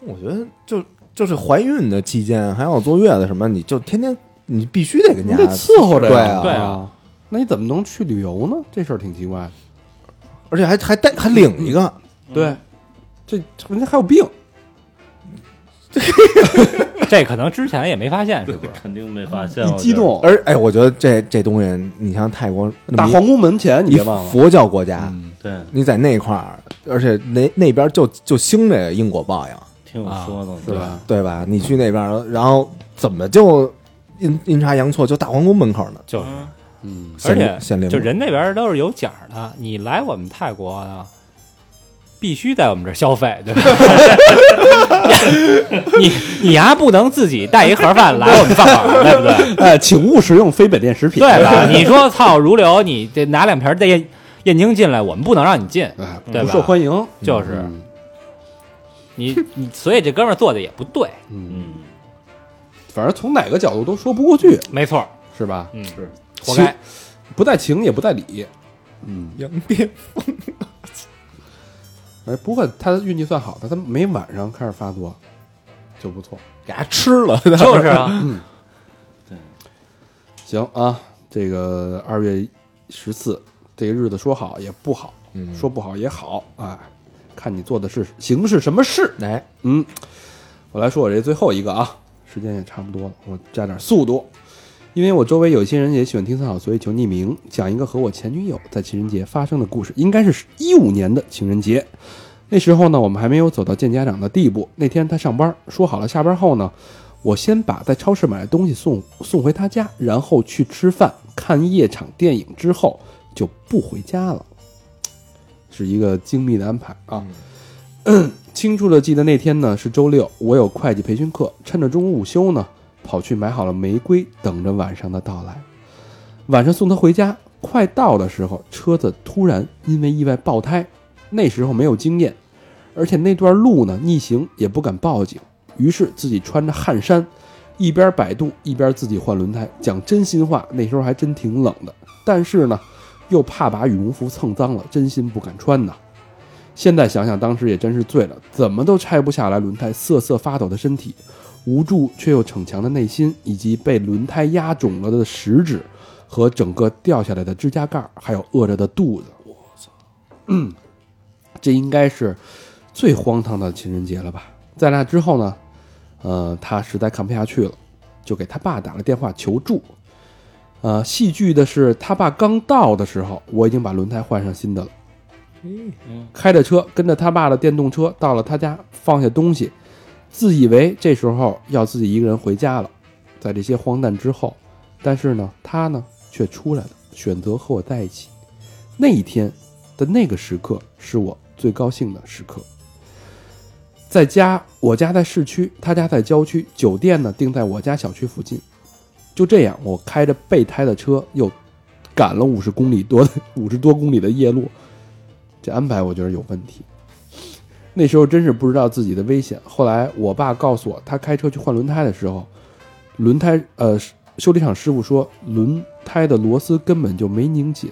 S4: 我觉得就就是怀孕的期间，还有坐月子什么，你就天天你必须得跟
S2: 你
S4: 家
S2: 得伺候着
S4: 对
S2: 呀，
S4: 啊
S3: 对啊
S2: 啊，那你怎么能去旅游呢？这事儿挺奇怪的。
S4: 而且还还带还领一个，
S3: 嗯
S2: 对，这人家还有病，
S3: 这可能之前也没发现，是不是？
S5: 肯定没发现，
S2: 嗯
S3: 哦
S2: 一激动，
S4: 而哎，我觉得这这东西，你像泰国那么
S2: 大
S4: 一
S2: 皇宫门前，你
S4: 一
S2: 别忘了，嗯
S4: 佛教国家，
S5: 我觉得，对，
S4: 你在那块儿，而且那那边就就兴这个因果报应，
S5: 听我说的，
S2: 啊是吧？
S4: 对吧？你去那边，然后怎么就阴阴差阳错就大皇宫门口呢？
S3: 就是，
S2: 嗯，
S4: 显
S3: 而
S4: 灵显灵
S3: 且就人那边都是有奖儿的，你来我们泰国呢，必须在我们这儿消费，对吧？ 你你还不能自己带一盒饭来我们饭馆儿，对不对？
S2: 哎，请勿食用非本店食品。
S3: 对吧？你说操如流，你得拿两嗯瓶带燕燕京进来，我们不能让你进，
S2: 哎，
S3: 对吧嗯
S2: 不受欢迎，
S3: 就是。
S2: 嗯
S3: 你你，所以这哥们儿做的也不对，
S5: 嗯，
S2: 反正从哪个角度都说不过去，
S3: 没错儿，
S2: 是吧？
S3: 嗯，
S5: 是
S3: 活该。
S2: 不带情也不带理。
S4: 杨边
S2: 哎，不过他运气算好的，他没晚上开始发作，就不错。
S4: 给他吃 了，
S3: 就是啊，
S2: 行啊，这个二月十四这个日子说好也不好，
S4: 嗯
S2: 说不好也好啊，看你做的是行是什么事。
S4: 哎，
S2: 嗯，我来说我这最后一个啊，时间也差不多了，我加点速度。因为我周围有一些人也喜欢听三好，所以求匿名讲一个和我前女友在情人节发生的故事，应该是一五年的情人节。那时候呢，我们还没有走到见家长的地步。那天她上班，说好了下班后呢，我先把在超市买的东西送送回她家，然后去吃饭、看夜场电影，之后就不回家了。是一个精密的安排
S4: 嗯
S2: 啊。清楚的记得那天呢是周六，我有会计培训课，趁着中午午休呢，跑去买好了玫瑰，等着晚上的到来。晚上送她回家，快到的时候，车子突然因为意外爆胎，那时候没有经验，而且那段路呢逆行也不敢报警，于是自己穿着汗衫，一边百度一边自己换轮胎。讲真心话，那时候还真挺冷的，但是呢，又怕把羽绒服蹭脏了，真心不敢穿呐。现在想想，当时也真是醉了，怎么都拆不下来轮胎，瑟瑟发抖的身体，无助却又逞强的内心，以及被轮胎压肿了的食指和整个掉下来的指甲盖儿，还有饿着的肚子。我操！嗯， 这应该是最荒唐的情人节了吧？在那之后呢，呃，他实在看不下去了，就给他爸打了电话求助。呃，戏剧的是，他爸刚到的时候，我已经把轮胎换上新的了。开着车跟着他爸的电动车到了他家，放下东西，自以为这时候要自己一个人回家了。在这些荒诞之后，但是呢，他呢却出来了，选择和我在一起。那一天的那个时刻是我最高兴的时刻。在家，我家在市区，他家在郊区，酒店呢定在我家小区附近。就这样，我开着备胎的车，又赶了五十公里多五十多公里的夜路，这安排我觉得有问题。那时候真是不知道自己的危险。后来我爸告诉我，他开车去换轮胎的时候，轮胎呃修理厂师傅说轮胎的螺丝根本就没拧紧，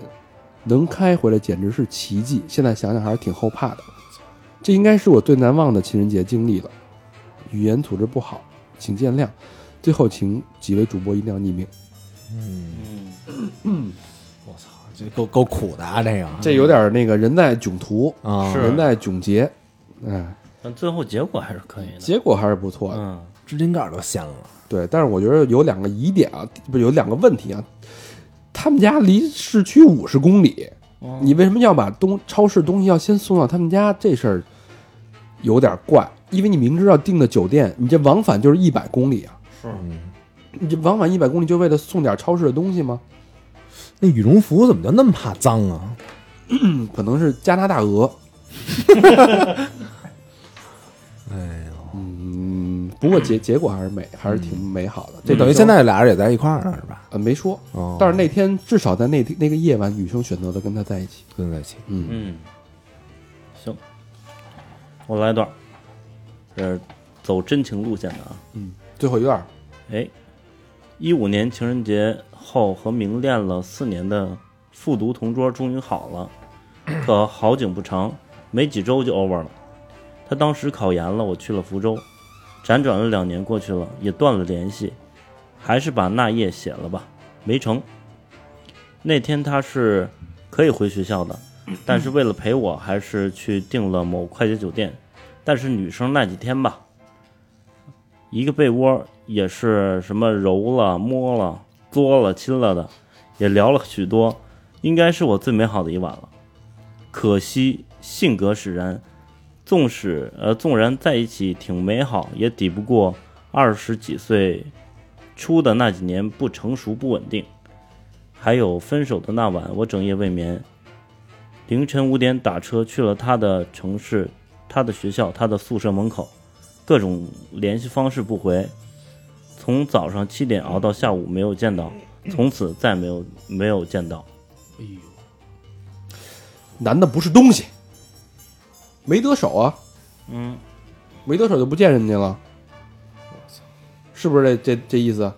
S2: 能开回来简直是奇迹。现在想想还是挺后怕的。这应该是我最难忘的情人节经历了。语言组织不好，请见谅。最后，请几位主播一定要匿名。
S5: 嗯
S4: 我操，这够够苦的啊，这个
S2: 这有点那个人在囧途，
S4: 啊，
S2: 人在囧劫，哎，
S5: 但最后结果还是可以的。
S2: 结果还是不错的。
S5: 嗯，
S4: 指甲盖儿都掀了，
S2: 对，但是我觉得有两个疑点啊，不是有两个问题啊。他们家离市区五十公里，你为什么要把东超市东西要先送到他们家？这事儿有点怪，因为你明知道订的酒店，你这往返就是一百公里啊。
S4: 嗯
S2: 是，你这往返一百公里就为了送点超市的东西吗？
S4: 那羽绒服怎么就那么怕脏啊？
S2: 嗯，可能是加拿大 鹅。哎呦，嗯，不过结结果还是美，还是挺美好的。这
S4: 嗯这等于
S2: 就
S4: 现在俩人也在一块儿呢，是吧？
S2: 呃，没说
S4: 哦，
S2: 但是那天至少在那天那个夜晚，雨生选择了跟他在一起。
S4: 跟在一起，
S5: 嗯，行，我来一段儿，这是走真情路线的啊。
S2: 最后一段，
S5: 哎，一五年情人节后和明恋了四年的复读同桌终于好了，可好景不长，没几周就 over 了。他当时考研了，我去了福州，辗转了两年过去了，也断了联系，还是把那夜写了吧，没成。那天他是可以回学校的，但是为了陪我，还是去订了某快捷酒店。但是女生那几天吧，一个被窝也是什么揉了、摸了、作了、亲了的，也聊了许多，应该是我最美好的一晚了。可惜性格使然，纵使呃纵然在一起挺美好，也抵不过二十几岁初的那几年不成熟、不稳定。还有分手的那晚，我整夜未眠，凌晨五点打车去了他的城市、他的学校、他的宿舍门口。各种联系方式不回，从早上七点熬到下午没有见到，从此再没有没有见到。
S2: 男的不是东西，没得手啊。
S5: 嗯，
S2: 没得手就不见人家了，是不是这这这意思？啊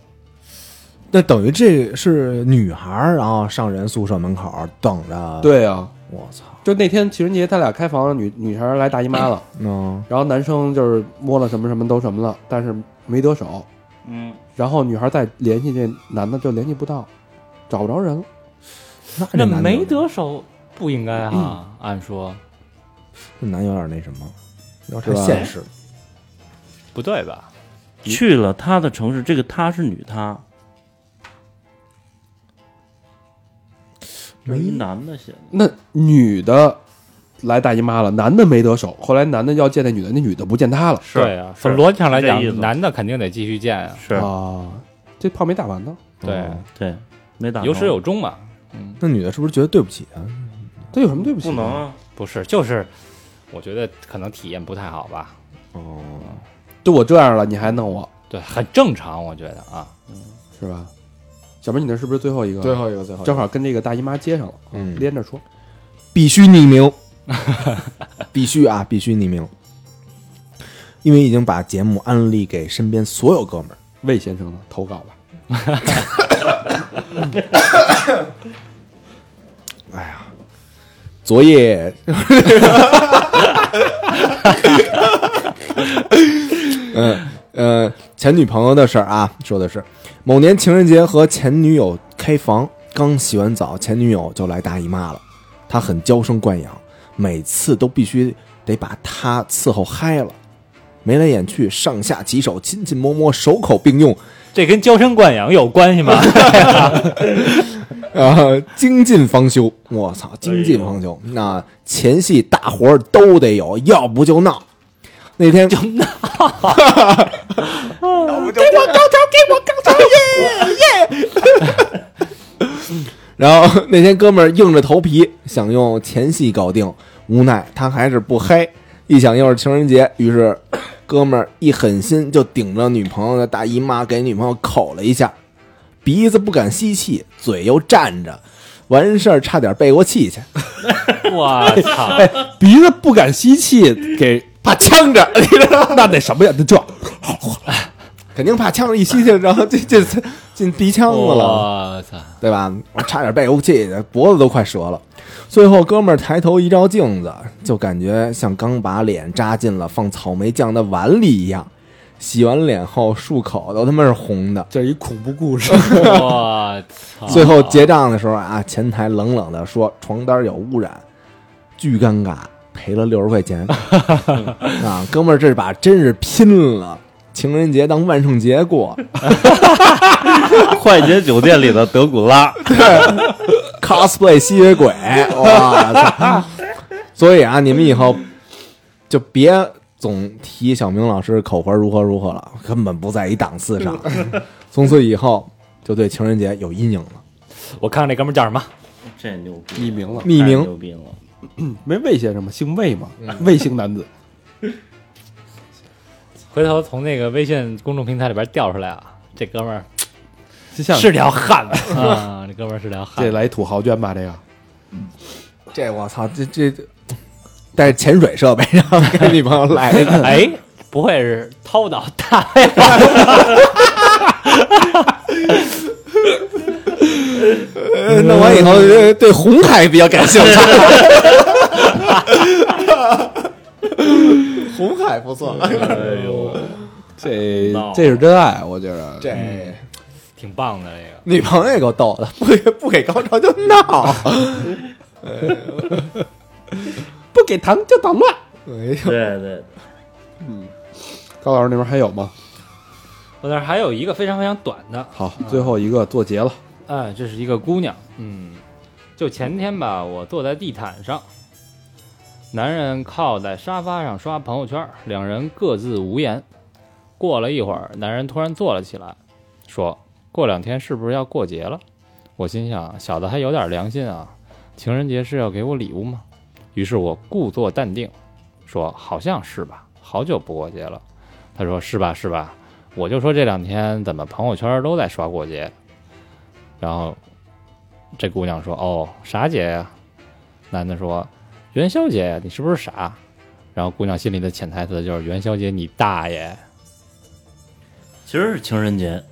S4: 那等于这是女孩儿，然后上人宿舍门口等着。，
S2: 对啊，
S4: 我操，
S2: 就那天情人节他俩开房，女女孩来大姨妈了，
S4: 嗯，
S2: 然后男生就是摸了什么什么都什么了，但是没得手，
S5: 嗯，
S2: 然后女孩再联系这男的就联系不到，找不着人了。
S4: 那这
S3: 那
S4: 男的
S3: 没得手不应该啊，按说
S4: 这男有点那什么，有
S2: 是
S4: 点
S2: 吧
S4: 太现实。
S3: 不对吧？
S5: 去了他的城市，这个他是女他，这是一男的写的，
S2: 那女的来大姨妈了，男的没得手，后来男的要见那女的，那女的不见他了
S3: 对啊，
S5: 是
S3: 从逻辑上来
S5: 是这意思
S3: 讲，男的肯定得继续见啊，
S5: 是
S2: 啊，这炮没打完呢，
S3: 对，
S5: 对，没打
S3: 有
S5: 着
S3: 始有终嘛。
S4: 哦那女的是不是觉得对不起啊？
S2: 这有什么对不起？
S5: 不能，啊，
S3: 不是，就是我觉得可能体验不太好吧，
S4: 哦，
S2: 就我这样了，你还弄我
S3: 对，很正常，我觉得啊，
S2: 是吧？小明，你那是不是最后一个？
S4: 最后一个，最后一
S2: 正
S4: 个，
S2: 好跟这个大姨妈接上了，
S4: 嗯
S2: 连着说。
S4: 必须匿名， 必须啊，必须匿名，因为已经把节目安利给身边所有哥们儿。
S2: 魏先生呢？投稿吧。
S4: 昨夜，嗯呃，前女朋友的事儿啊，说的是某年情人节和前女友开房，刚洗完澡，前女友就来大姨妈了。她很娇生惯养，每次都必须得把她伺候嗨了，眉来眼去，上下其手，亲亲摸摸，手口并用，
S3: 这跟娇生惯养有关系吗？
S4: 啊，精进方休，我操，精进方休，那前戏大活儿都得有，要不就闹。那天就闹，给我高潮，给我高潮，耶耶！然后那天哥们儿硬着头皮想用前戏搞定，无奈他还是不嗨。一想又是情人节，于是哥们儿一狠心就顶着女朋友的大姨妈给女朋友口了一下。鼻子不敢吸气，嘴又站着，完事儿差点背过气去， 哎
S3: 我操！
S2: 鼻子不敢吸气，给
S4: 怕呛着，你知道吗？
S2: 那得什么呀？那这
S4: 肯定怕呛着一吸气，然后这 这这进鼻腔子了，
S3: 我 操！
S4: 对吧？我差点背过气去，脖子都快折了。最后，哥们儿抬头一照镜子，就感觉像刚把脸扎进了放草莓酱的碗里一样。洗完脸后，漱口都他妈是红的。
S2: 这是一恐怖故事。
S3: 我操！
S4: 最后结账的时候啊，前台冷冷的说床单有污染，巨尴尬，赔了六十块钱。 啊，哥们儿，这把真是拼了，情人节当万圣节过，
S5: 快捷酒店里的德古拉，
S4: cosplay 吸血鬼，哇操！所以啊，你们以后就别总提小明老师口活如何如何了，根本不在一档次上。从此以后就对情人节有阴影了。
S3: 我看看这哥们儿叫什么？
S5: 这牛逼，
S2: 匿名了，
S4: 匿
S5: 太
S4: 名
S5: 牛逼了，
S2: 没魏先生吗？姓魏吗？魏姓男子。
S3: 回头从那个微信公众平台里边调出来啊，这哥们儿
S2: 就像
S3: 是条 汉子啊，这哥们儿是条汉
S2: 这
S3: 子。
S2: 来土豪捐吧，这个
S4: 这我操，这这带着潜水设备，然后跟女朋友来一个，
S3: 哎，不会是涛岛大呀？
S4: 呃弄完以后呃对红海比较感兴趣。 红海不错，
S5: 哎呦，
S2: 这
S5: 闹
S2: 这是真爱，我觉得
S4: 这
S3: 挺棒的这个。
S4: 嗯女朋友也够逗的， 不给不给高潮就 闹，
S2: 不给糖就捣乱。
S4: 哎呦，
S5: 对对，
S2: 高老师那边还有吗？
S3: 我那儿还有一个非常非常短的，
S2: 好，最后一个做结了。
S3: 哎，这是一个姑娘，嗯，就前天吧，我坐在地毯上，男人靠在沙发上刷朋友圈，两人各自无言。过了一会儿，男人突然坐了起来，说：“过两天是不是要过节了？”我心想，小子还有点良心啊，情人节是要给我礼物吗？于是我故作淡定，说：“好像是吧，好久不过节了。”他说：“是吧，是吧？”我就说这两天怎么朋友圈都在刷过节，然后这姑娘说：“哦，啥节呀、男的说：“元宵节呀，你是不是傻？”然后姑娘心里的潜台词就是元宵节你大爷，
S5: 其实是情人节，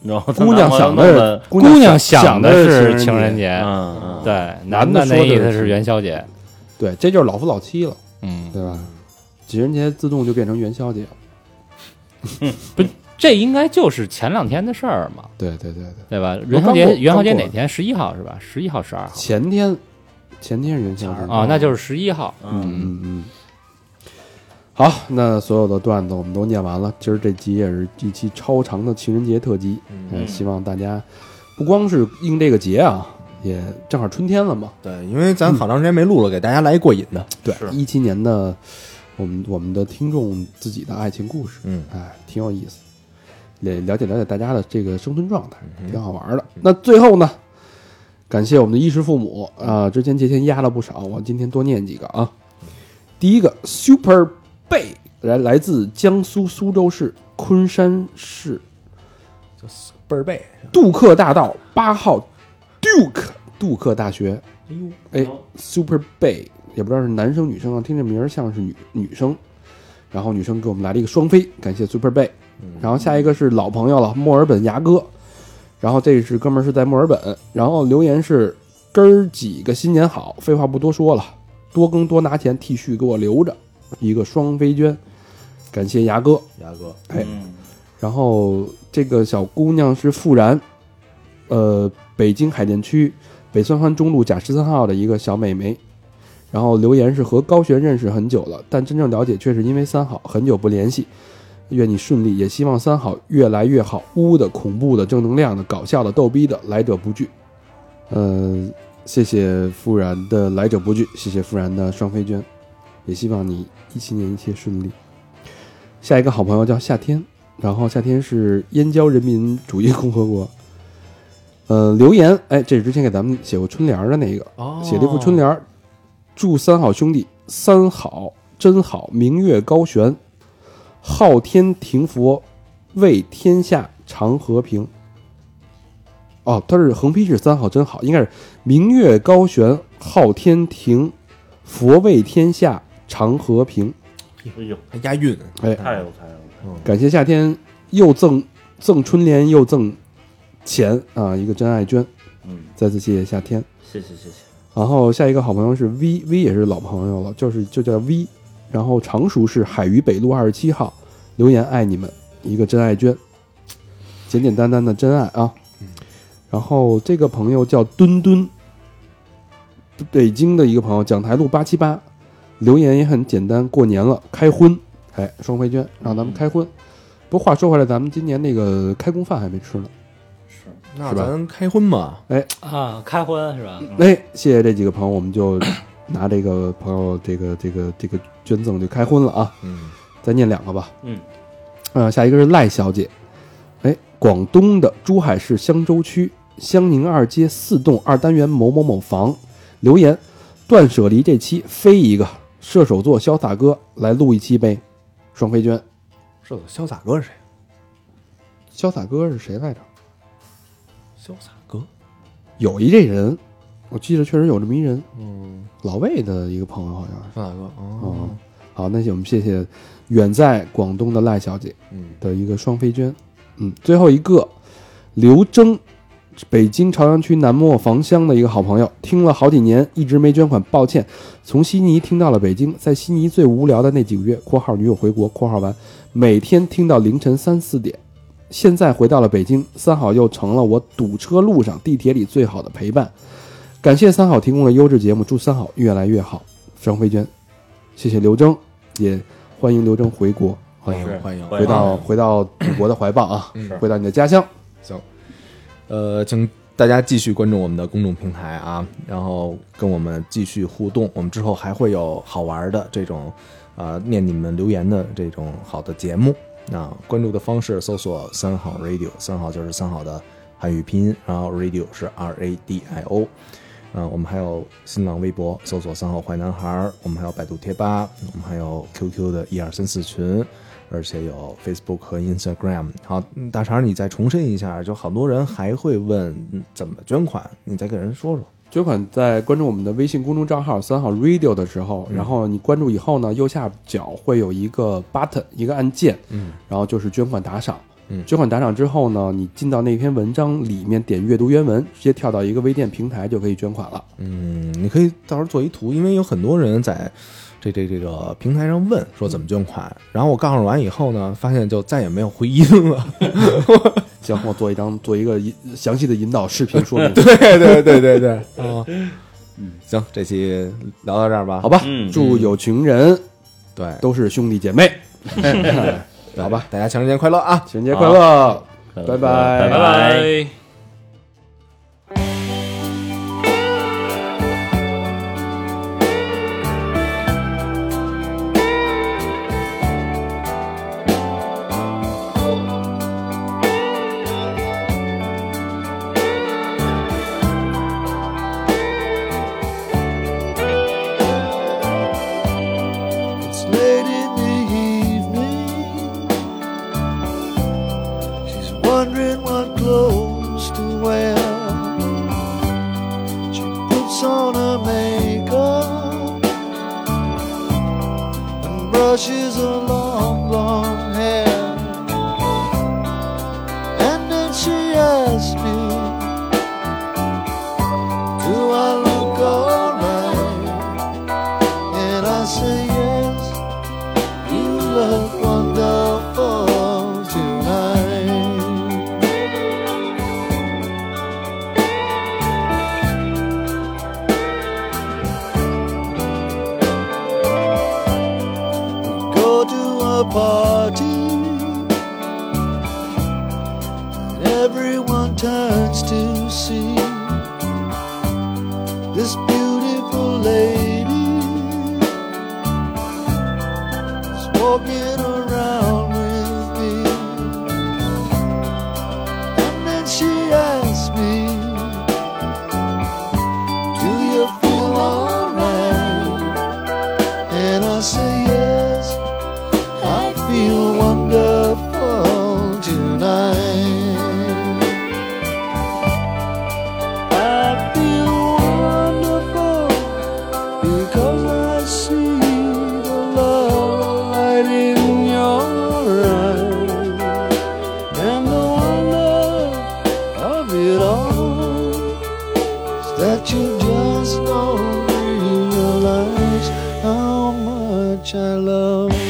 S5: 你知道吗？
S2: 姑娘想
S5: 弄
S2: 的
S5: 的，
S2: 姑
S3: 姑
S2: 娘
S3: 娘
S2: 想
S3: 的
S2: 是
S3: 情人
S2: 节，
S3: 节，
S5: 嗯嗯，
S3: 对，
S2: 男
S3: 男
S2: 的说
S3: 那
S2: 的
S3: 意思
S2: 是
S3: 是元宵节，
S2: 对，这就是老夫老妻了，
S3: 嗯，
S2: 对吧？情人节自动就变成元宵节了，
S3: 这应该就是前两天的事儿嘛，
S2: 对对对对，
S3: 对吧？
S2: 刚
S3: 元宵
S2: 过
S3: 节，元宵节
S2: 刚过
S3: 哪天？十一号是吧？十一号、十二号
S2: 前天前天是元宵节
S3: 啊，那就是十一号。
S5: 嗯，
S2: 嗯嗯。好，那所有的段子我们都念完了。今儿这集也是一期超长的情人节特辑，嗯，希望大家不光是应这个节啊，也正好春天了嘛，
S4: 对，因为咱好长时间没录了，给大家来一过瘾的。
S2: 对，一七年的我们我们的听众自己的爱情故事，
S4: 嗯，
S2: 哎，挺有意思，也了解了解大家的这个生存状态，挺好玩的。那最后呢，感谢我们的衣食父母啊、之前节前压了不少，我今天多念几个啊。第一个 Super 贝来来自江苏苏州市昆山市
S4: 倍儿背，
S2: 杜克大道八号 Duke 杜克大学。哎呦，哎，Super Bay 也不知道是男生女生啊，听这名儿像是女女生。然后女生给我们来了一个双飞，感谢 Super Bay。然后下一个是老朋友了，墨尔本牙哥。然后这是哥们儿是在墨尔本，然后留言是哥儿几个新年好，废话不多说了，多更多拿钱 T 恤给我留着，一个双飞捐，感谢牙哥。
S4: 牙哥，
S2: 哎
S5: 嗯
S2: 然后这个小姑娘是傅然，呃，北京海淀区北三环中路甲十三号的一个小美眉。然后留言是和高璇认识很久了，但真正了解却是因为三好，很久不联系。愿你顺利，也希望三好越来越好。污的、恐怖的、正能量的、搞笑的、逗逼的，来者不拒。呃，谢谢傅然的来者不拒，谢谢傅然的双飞娟，也希望你一七年一切顺利。下一个好朋友叫夏天，然后夏天是燕郊人民主义共和国。呃，留言，哎，这是之前给咱们写过春联儿的那个，
S4: 哦
S2: 写了一副春联儿，祝三好兄弟三好真好，明月高悬，昊天庭佛，为天下常和平。哦，它是横批是三好真好，应该是明月高悬，昊天庭，佛为天下常和平。
S5: 哎呦，
S4: 还押韵，
S2: 哎，
S5: 太有才了，
S2: 感谢夏天又赠赠春联又赠钱啊，一个真爱捐，
S5: 嗯，
S2: 再次谢谢夏天。
S5: 谢谢谢谢，
S2: 然后下一个好朋友是 V，V 也是老朋友了，就是就叫 V，然后常熟是海虞北路二十七号，留言爱你们，一个真爱娟，简简单单的真爱啊。然后这个朋友叫墩墩，北京的一个朋友，讲台路八七八，留言也很简单，过年了，开荤，哎，双飞娟让咱们开荤。不过话说回来，咱们今年那个开工饭还没吃呢。
S5: 是
S4: 那
S2: 是吧
S4: 咱开荤吧。
S3: 啊，开荤是吧？
S2: 哎，谢谢这几个朋友，我们就 拿这个朋友这个这个这个捐赠就开荤了啊！
S4: 嗯，
S2: 再念两个吧。
S5: 嗯，
S2: 呃，下一个是赖小姐，哎，广东的珠海市香洲区香宁二街四栋二单元某某某房留言：断舍离这期飞一个射手座潇洒哥来录一期呗，双飞娟。
S4: 射手潇洒哥是谁？
S2: 潇洒哥是谁来着？
S4: 潇洒哥，
S2: 有一这人，我记得确实有这么一人，嗯，老魏的一个朋友好像是。
S4: 潇洒哥，
S2: 哦
S4: 哦，，
S2: 好，那我们谢谢远在广东的赖小姐
S4: 嗯，
S2: 的一个双飞娟。嗯，最后一个刘征，北京朝阳区南磨房乡的一个好朋友，听了好几年，一直没捐款，抱歉。从悉尼听到了北京，在悉尼最无聊的那几个月（括号女友回国，括号完），每天听到凌晨三四点。现在回到了北京，三好又成了我堵车路上、地铁里最好的陪伴。感谢三好提供了优质节目，祝三好越来越好。张飞娟，谢谢刘征，也欢迎刘征回国，欢迎
S5: 是
S4: 欢迎
S2: 回到
S5: 迎
S2: 回到祖国的怀抱啊，
S4: 是
S2: 回到你的家乡。
S4: 行，呃，请大家继续关注我们的公众平台啊，然后跟我们继续互动，我们之后还会有好玩的这种，呃，念你们留言的这种好的节目。那关注的方式，搜索“三好 radio”，三好就是三好的汉语拼音，然后 radio 是 R A D I O。嗯，我们还有新浪微博搜索“三好坏男孩儿”，我们还有百度贴吧，我们还有 QQ 的一二三四群，而且有 Facebook 和 Instagram。好，嗯大肠，你再重申一下，就好多人还会问嗯怎么捐款，你再给人说说。
S2: 捐款在关注我们的微信公众账号“三好 radio” 的时候，然后你关注以后呢，右下角会有一个 button，一个按键，
S6: 嗯，
S2: 然后就是捐款打赏。
S6: 嗯
S2: 捐款打赏之后呢，你进到那篇文章里面点阅读原文，直接跳到一个微店平台就可以捐款了。
S6: 嗯，你可以到时候做一图，因为有很多人在这这这个平台上问说怎么捐款，然后我告诉完以后呢，发现就再也没有回音了。
S2: 行，我做一张做一个引详细的引导视频说明，
S6: 对对对对对，啊，行，这期聊到这儿吧，
S2: 好吧？
S5: 嗯
S2: 祝有情人
S6: 对，
S2: 都是兄弟姐妹，
S6: 对好吧，大家情人节快乐啊！
S2: 情人节快乐！拜拜
S5: 拜
S3: 拜拜。
S4: It's late in the evening. She's wondering what clothes to wear. She puts on her makeup and brushes her long blonde hair. And then she asks me, Do I look alright? And I say yes, you look wonderful tonight. We go to a party, and everyone turns to see this beautiful lady is walking around with me. And then she asks me, Do you feel alright? And I say, Yes, I feel wonderful tonight. I feel wonderful because I see the love light in your eyes and the wonder of it all is that you just don't realize how much I love you.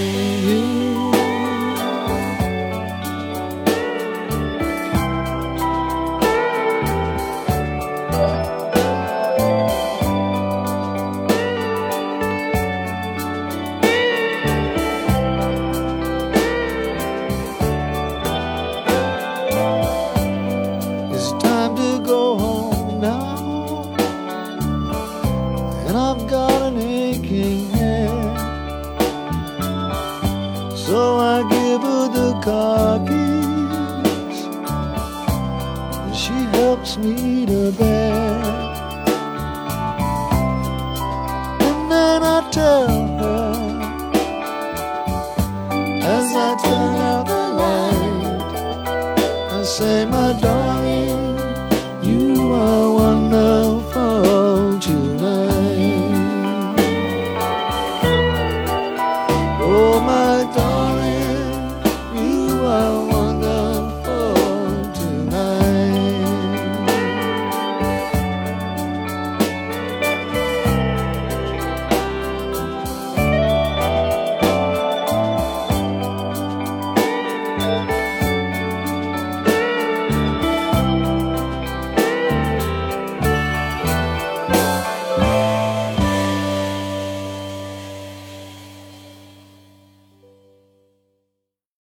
S4: It's time to go home now. And I've got an aching head. So I give her the car keys. And she helps me to bed.